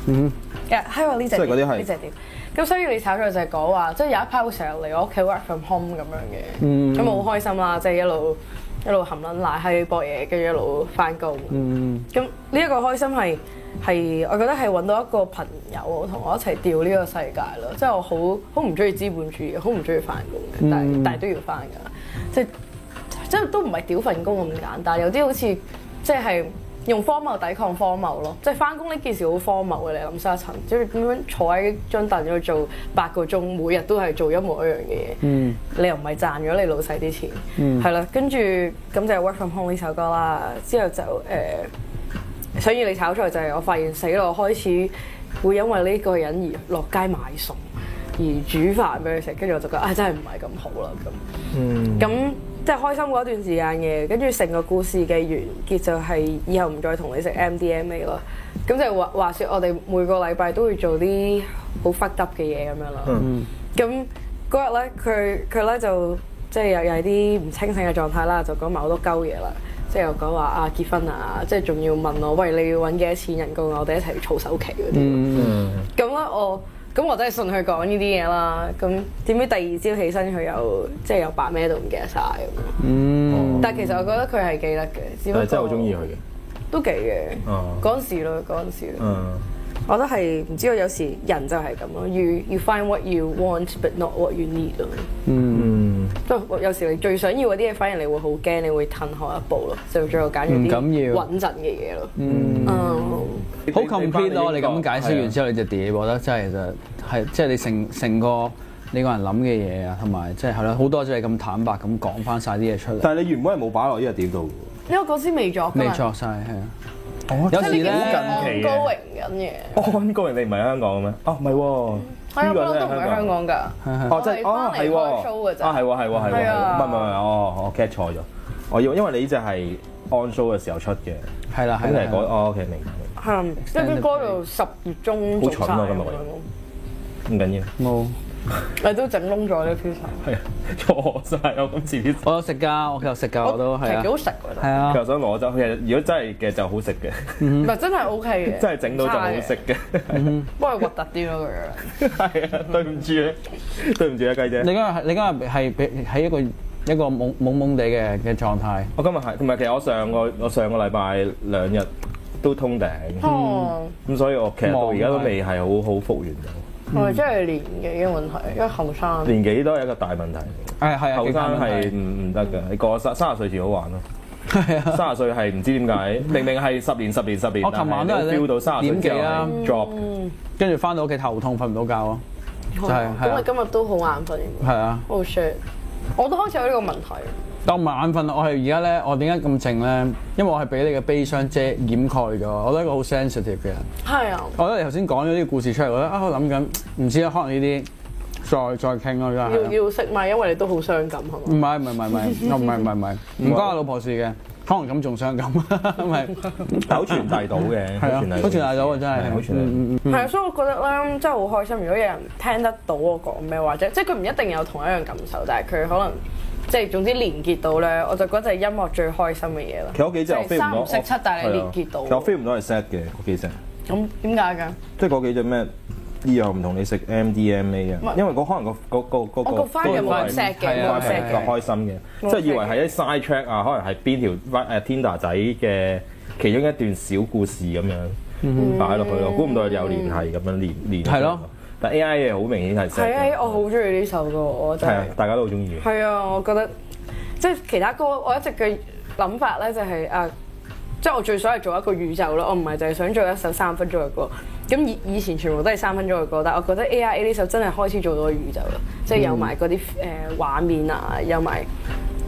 S3: 嗯，係喎呢
S2: 即
S3: 只
S2: 係嗰啲係
S3: 呢只碟。咁所以你炒菜就係講話，即係有一排我成日嚟我屋企 work from home 咁
S2: 嗯
S3: 樣嘅，咁我好開心啦，即係一路一路含撚奶喺搏嘢，跟住一路翻工。
S2: 嗯
S3: 咁呢一個開心係係，我覺得係揾到一個朋友同我一齊調呢個世界咯。即係我好好唔中意資本主義，好唔中意翻工嘅，但
S2: 嗯
S3: 係但係都要翻㗎。即係即係都唔係屌份工咁簡單，有啲好似即係用荒謬抵抗荒謬咯。即係翻工呢件事好荒謬嘅，你諗深一層，即係點樣坐喺張凳度做八個鐘，每日都係做一模一樣嘅嘢。
S1: 嗯
S3: 你又唔係賺咗你老細啲錢，係啦、跟住咁就係 Work from Home 呢首歌啦。之後就誒、呃想要你炒菜就係我發現死咯，我開始會因為呢個人而落街買餸，而煮飯俾佢食，跟住我就覺得啊、真係唔係咁好啦咁。咁即係開心嗰段時間嘅，跟住成個故事嘅完結就係以後唔再同你食 MDMA 咯。咁就話話説我哋每個禮拜都會做啲好 fucked up 嘅嘢咁樣啦。咁嗰日咧，佢佢咧就即係又又係啲唔清醒嘅狀態啦，就講埋好多鳩嘢啦。即係又講話啊結婚啊，即係仲要問我喂你要揾幾多錢人工啊，我哋一齊儲首期嗰啲。咁咧我咁我真係信佢講呢啲嘢啦。咁點知第二朝起身佢又即係又扮咩都唔記得晒咁樣。
S1: 嗯，
S3: 但係其實我覺得佢係記得嘅，只不
S2: 但
S3: 過
S2: 係真係好中意佢啊嘅。
S3: 都記嘅。
S2: 哦
S3: 嗰陣時咯，嗰陣時咯，
S2: 嗯，
S3: 我覺得係唔知道有時人就係咁咯，you you find what you want but not what you need 咯。
S2: 嗯，
S3: 不過有時你最想要嗰啲嘢，反而你會好驚，你會褪後一步咯，就最後揀咗
S1: 唔緊
S3: 啲
S1: 要
S3: 穩陣嘅嘢咯。嗯，
S1: 好 complete 咯！你咁解釋完之後，你隻碟，我覺得真係就係即係你成成個你個人諗嘅嘢啊，同埋即係係啦，好多謝你咁坦白咁講翻晒啲嘢出嚟，
S2: 但係你原本係冇擺落呢個碟度嘅喎。
S3: 因為嗰時未作㗎嘛
S1: 未作晒係啊。
S2: 哦
S1: 有
S3: 即
S1: 時
S3: 係呢
S1: 咧
S3: 件事
S2: 好近期嘅
S3: 係高榮緊嘅。
S2: 安高人你唔係喺香港嘅咩？哦，唔係喎，
S3: 係啊，不嬲
S2: 真係
S3: 都唔喺香港㗎。
S2: 哦，即係哦，
S3: 我哋
S2: 係
S3: 返嚟
S2: 喎，
S3: 開 show 㗎咋
S2: 啊係喎，係喎，係喎，係
S3: 係
S2: 喎
S3: 啊
S2: 唔係唔係唔係，哦，我 get 錯咗，我以為因為你呢只係 on show 嘅時候出嘅，
S1: 係啦
S2: 咁
S1: 係
S2: 你
S1: 啦
S2: 係
S1: 係
S2: 講
S1: 啦。
S2: 哦，OK 明白明
S3: 係啊，因為嗰度十月中做
S2: 好
S3: 晒
S2: 蠢啊
S3: 咁
S2: 今日
S3: 樣
S2: 我哋
S3: 咯。
S2: 唔緊要，
S1: 冇，
S3: 你都整窿咗呢個 pizza，
S2: 係啊錯晒我今次 啲，
S1: 我有食㗎，我有食㗎，我都
S3: 其
S1: 係
S3: 實
S1: 啊
S3: 幾，好食㗎
S1: 係
S3: 啦，
S1: 啊
S2: 其，實想攞走，其實如果真係嘅就好食嘅，
S3: 唔係真係 OK 嘅，
S2: 真係整到就好食嘅，
S3: 不過核突啲咯個樣。
S2: 係啊，對唔住咧，對唔住啊雞姐
S1: 你。今日係你今日係俾喺一個一個懵懵懵地嘅嘅狀態。
S2: 我今日係，同埋其實我上個我上個禮拜兩日都通頂，
S3: 哦，
S2: 咁所以我其實到而家都
S1: 忙啊
S2: 未係好好復原到，
S3: 我哋真係年紀嘅問題，因為後生。
S2: 年紀都係一個大問題
S1: 誒
S2: 嚟
S1: 係啊，
S2: 嘅，後
S1: 幾大
S2: 生
S1: 問題
S2: 係唔唔得嘅，你過三三十歲前好玩咯，
S1: 係啊。
S2: 三十歲係唔 知點解，明明係十年十年十年，
S1: 我琴晚都係
S2: 但係你 feel 到三十歲之
S1: 點
S2: 後
S1: 幾啦
S2: 係 drop，
S1: 跟住翻到屋企頭痛，瞓唔到覺咯。
S3: 就
S1: 係係啊
S3: 咁你今日都好眼瞓，
S1: 係啊，
S3: 好 shit。我都開始有呢個問題。
S1: 當晚眼瞓，我係而家咧，我點解咁靜咧？因為我係俾你嘅悲傷遮掩蓋咗。我都係一個好 sensitive 嘅人。
S3: 係啊，
S1: 我覺得你頭先講咗呢個故事出嚟，我覺得啊，我諗緊，唔知啊，可能呢啲再再傾咯，真
S3: 要
S1: 係。
S3: 要識咪，因為你都好傷感係
S1: 唔
S3: 嘛？
S1: 係唔係唔係唔係，唔係唔係唔係，唔關我老婆事嘅，可能咁仲傷感， 唔係
S2: 但好傳遞到嘅，
S1: 係啊，好
S2: 好
S1: 傳
S2: 傳遞
S1: 大
S2: 到
S1: 咗啊，真
S2: 係好
S1: 係
S2: 傳，
S1: 嗯
S2: 遞
S1: 嗯嗯
S3: 係啊，所以我覺得咧，真係好開心。如果有人聽得到我講咩，或者即係佢唔一定有同一樣感受，但係佢可能即係總之連結到咧，我就覺得係音樂最開心嘅嘢啦。
S2: 其實嗰幾隻我 feel 唔
S3: 三
S2: 到，
S3: 唔識七
S2: 我
S3: 但係你
S2: 係啊
S3: 連結到
S2: 其實我 feel 唔到係 sad 嘅嗰幾隻。
S3: 咁點解㗎？
S2: 即係嗰幾隻咩醫藥唔同你食 MDMA
S3: 係
S2: 啊，因為嗰可能個嗰個嗰
S3: 哦我個 file 又冇咁錫嘅，
S1: 係啊
S3: 冇咁
S1: 係
S3: 錫
S1: 啊
S2: 係
S3: 嘅。
S2: 開心嘅，即係
S3: 冇
S2: 以為係一 side track 啊，可能係邊條誒 Tinder 仔嘅其中一段小故事咁
S3: 嗯
S2: 樣擺落去咯，估唔到有聯繫咁樣連連
S1: 係咯。
S2: 但 AI 嘅好明顯係 sad
S3: 係
S2: 嘅
S3: 啊，我好中意呢首歌，我真
S2: 係
S3: 係
S2: 啊。，大家都好中意嘅。
S3: 係啊，我覺得即係其他歌，我一直嘅諗法咧就係、啊，即係我最想係做一個宇宙咯，我唔係就係想做一首三分鐘嘅歌。咁以以前全部都係三分鐘嘅歌，但係我覺得 A I A 呢首真係開始做到個宇宙啦，即係有埋嗰啲誒畫面啊，有埋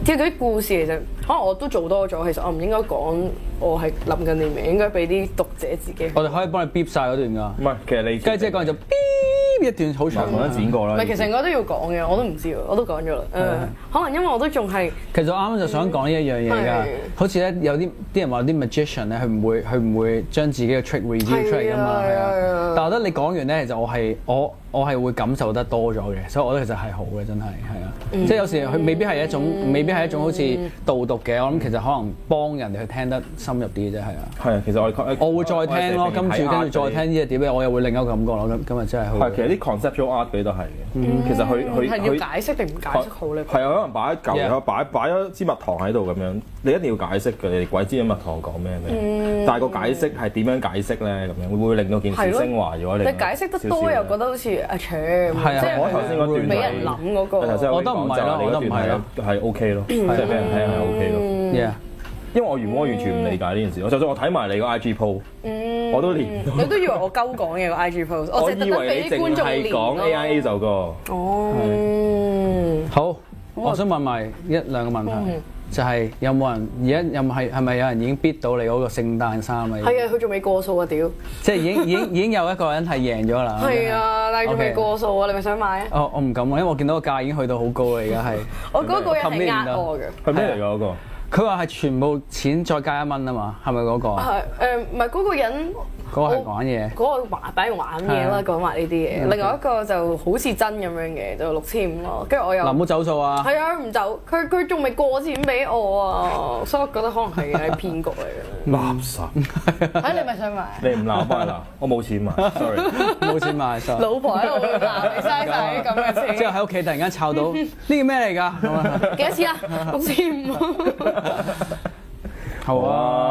S3: 即係嗰啲故事其實可能我都做多咗。其實我唔應該講我係諗緊啲咩，應該俾啲讀者自己。
S1: 我哋可以幫你 beep 晒嗰段㗎。
S2: 唔係，其實你
S1: 雞姐講就 beep 一段好長
S2: 慢慢
S1: 嘅。
S2: 剪過
S3: 嗯唔
S2: 啦。
S3: 係，其實我都要講嘅，我都唔知喎，我都講咗啦。誒、可能因為我都仲係。
S1: 其實我啱啱就想講呢一樣嘢㗎
S3: 係，
S1: 好似咧有啲啲人話有啲 magician 咧，佢唔會佢唔會將自己嘅 trick reveal 出嚟㗎嘛，係
S3: 係啊係
S1: 啊
S3: 啊。
S1: 但係我覺得你講完咧，其實我係我我係會感受得多咗嘅，所以我覺得其實係好嘅，真係係啊。
S3: 嗯
S1: 即係有時佢未必係一種未必係一種好似導讀嘅，我諗其實可能幫人哋去聽得深入啲啫，係啊。
S2: 係啊，其實我
S1: 我會再聽咯，
S2: 我係
S1: 跟住跟住再聽呢只碟咧，我又會另一個感覺咯。今今日真係好
S2: 係，。其實啲 conceptual art 佢都係嘅。其實佢佢
S3: 嗯係
S2: 佢
S3: 要解釋定唔解釋好咧？
S2: 係啊，可能擺一嚿
S1: Yeah
S2: 有擺擺咗支蜜糖喺度咁樣，你一定要解釋嘅。你哋鬼知啲蜜糖講咩咩？
S3: 嗯
S2: 但係個解釋係點樣解釋咧？咁樣會唔會令到件
S3: 係
S2: 事
S3: 咯
S2: 升華咗？
S3: 你解釋得多又覺得好似啊扯咁，
S1: 係啊
S3: 即係
S2: 我頭先嗰段
S3: 俾人諗嗰
S2: 我頭先有
S3: 個。嗯
S1: 我覺得唔係咯
S2: 講就係你嗰段
S1: 我
S2: 係係 OK 咯，即係俾人聽係 OK 咯。
S1: Yeah，
S2: 因為我原本我完全唔理解呢件事，我就算我睇埋你個 IG post，我都連
S3: 你都以為我鳩講嘅個 IG post，
S2: 我
S3: 嗯我淨係特
S2: 以
S3: 登
S2: 為
S3: 俾
S2: 你
S3: 啲
S2: 淨
S3: 觀眾
S2: 係講 AIA 就個。
S3: 哦，
S1: 好，我想問埋一兩個問
S3: 嗯
S1: 題，就係有冇人而家有冇係係咪有人已經 bid 到你嗰個聖誕衫啊？已經
S3: 係啊，佢仲未過數啊屌！
S1: 即係已經已 經已經有一個人係贏咗啦。
S3: 係啊，但係仲
S1: OK
S3: 未過數啊，你咪想買啊？
S1: 哦，我唔敢啊，因為我見到個價已經去到好高啦，而家 係。
S3: 我嗰個人係呃我嘅，
S2: 係咩嚟㗎嗰個？
S1: 佢話係全部錢再加一蚊啊嘛，係咪嗰個啊？
S3: 係誒唔係嗰個人。
S1: 嗰個係玩嘢。
S3: 嗰個玩擺玩
S2: 啊
S3: 嘢啦，
S1: 係
S3: 講埋呢啲
S2: 嗯
S3: 嘢。另外一個就好似真咁樣嘅，就六千五咯。跟住我又
S1: 嗱，唔好走數啊！
S3: 係啊，唔走，佢佢仲未過錢俾我啊，所以我覺得可能 係係騙局嚟
S2: 垃圾！
S3: 嘅。 哎，你咪想買？
S2: 你唔鬧翻啦，我冇錢買，sorry。
S1: 冇錢 買晒。
S3: 老婆喺度鬧你嘥晒啲咁嘅
S1: 之
S3: 錢，
S1: 後喺屋企突然間抄到呢個咩嚟 㗎？咁啊
S3: 幾多錢啊？六千五。
S1: 好啊！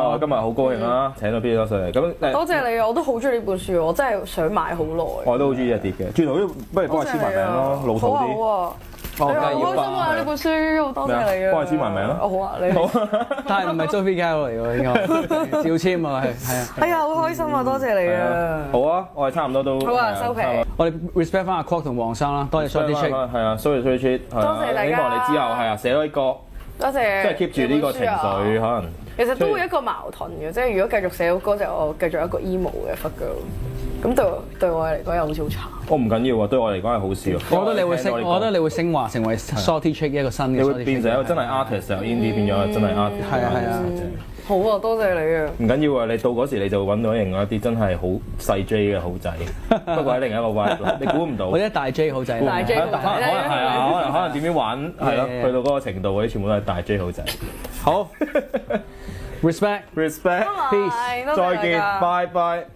S2: 哇！我今日好高興啦，請到 B 多上嚟。咁誒，
S3: 多謝你，我都好中意呢本書，我真係想買好耐。
S2: 我都好中意一碟嘅。轉頭都不如幫我簽埋名咯，老土
S3: 好啊
S2: 啲。
S3: 好啊，
S1: 我
S3: 哎
S1: 梗
S3: 呀
S1: 係要
S3: 好開心啊！
S1: 啦
S3: 呢本書好多謝你
S2: 咩啊
S3: 啊，
S2: 幫我簽埋名啊
S3: 哦好啊，你。
S1: 但係唔係 Sophie g a l 嚟喎，應 該照簽啊，係係啊。
S3: 哎呀，好開心啊！多謝你啊。
S2: 好嗯啊，我哋差唔多都
S3: 好啊，收皮。
S1: 我哋 respect 翻阿 Quark 同黃生啦，多謝 s h o r t
S2: 啲
S1: y Check。
S2: 係啊，sorry sorry check。多
S3: 多謝大家
S2: 希望你之後係啊，寫多啲歌，
S3: 多
S2: 即
S3: 謝。
S2: 係 keep 住呢個情
S3: 啊
S2: 緒，可能
S3: 其實都會一個矛盾嘅，即係如果繼續寫好歌，就我繼續一個 emo 嘅 fuck girl。咁對我對我嚟講又好似好慘。
S2: 我唔緊要啊，對我嚟講係好事啊。
S1: 我覺得你會升，我覺得
S2: 你
S1: 你會升華成為 Shorty Chick 一個新嘅 Shorty Chick。
S2: 啊你會變成一個真係 artist 由 indie 變
S3: 嗯
S2: 咗真係 artist。
S1: 係啊係啊
S3: 好啊，多謝你啊！
S2: 唔緊要啊！你到嗰時你就揾到另外一啲真係好細 J 嘅好仔，不過喺另一個位，你估唔到。
S1: 或者大 J 好 仔。
S3: 大 J
S2: 啊可能可能係啊，可能可能點樣玩係咯，
S1: Yeah, yeah, yeah.
S2: 去到嗰個程度嗰啲全部都係大 J 好仔。
S1: 好，respect。
S2: Respect，
S1: Peace，
S3: 拜拜多謝
S2: 再見
S3: 大家，
S2: 拜拜。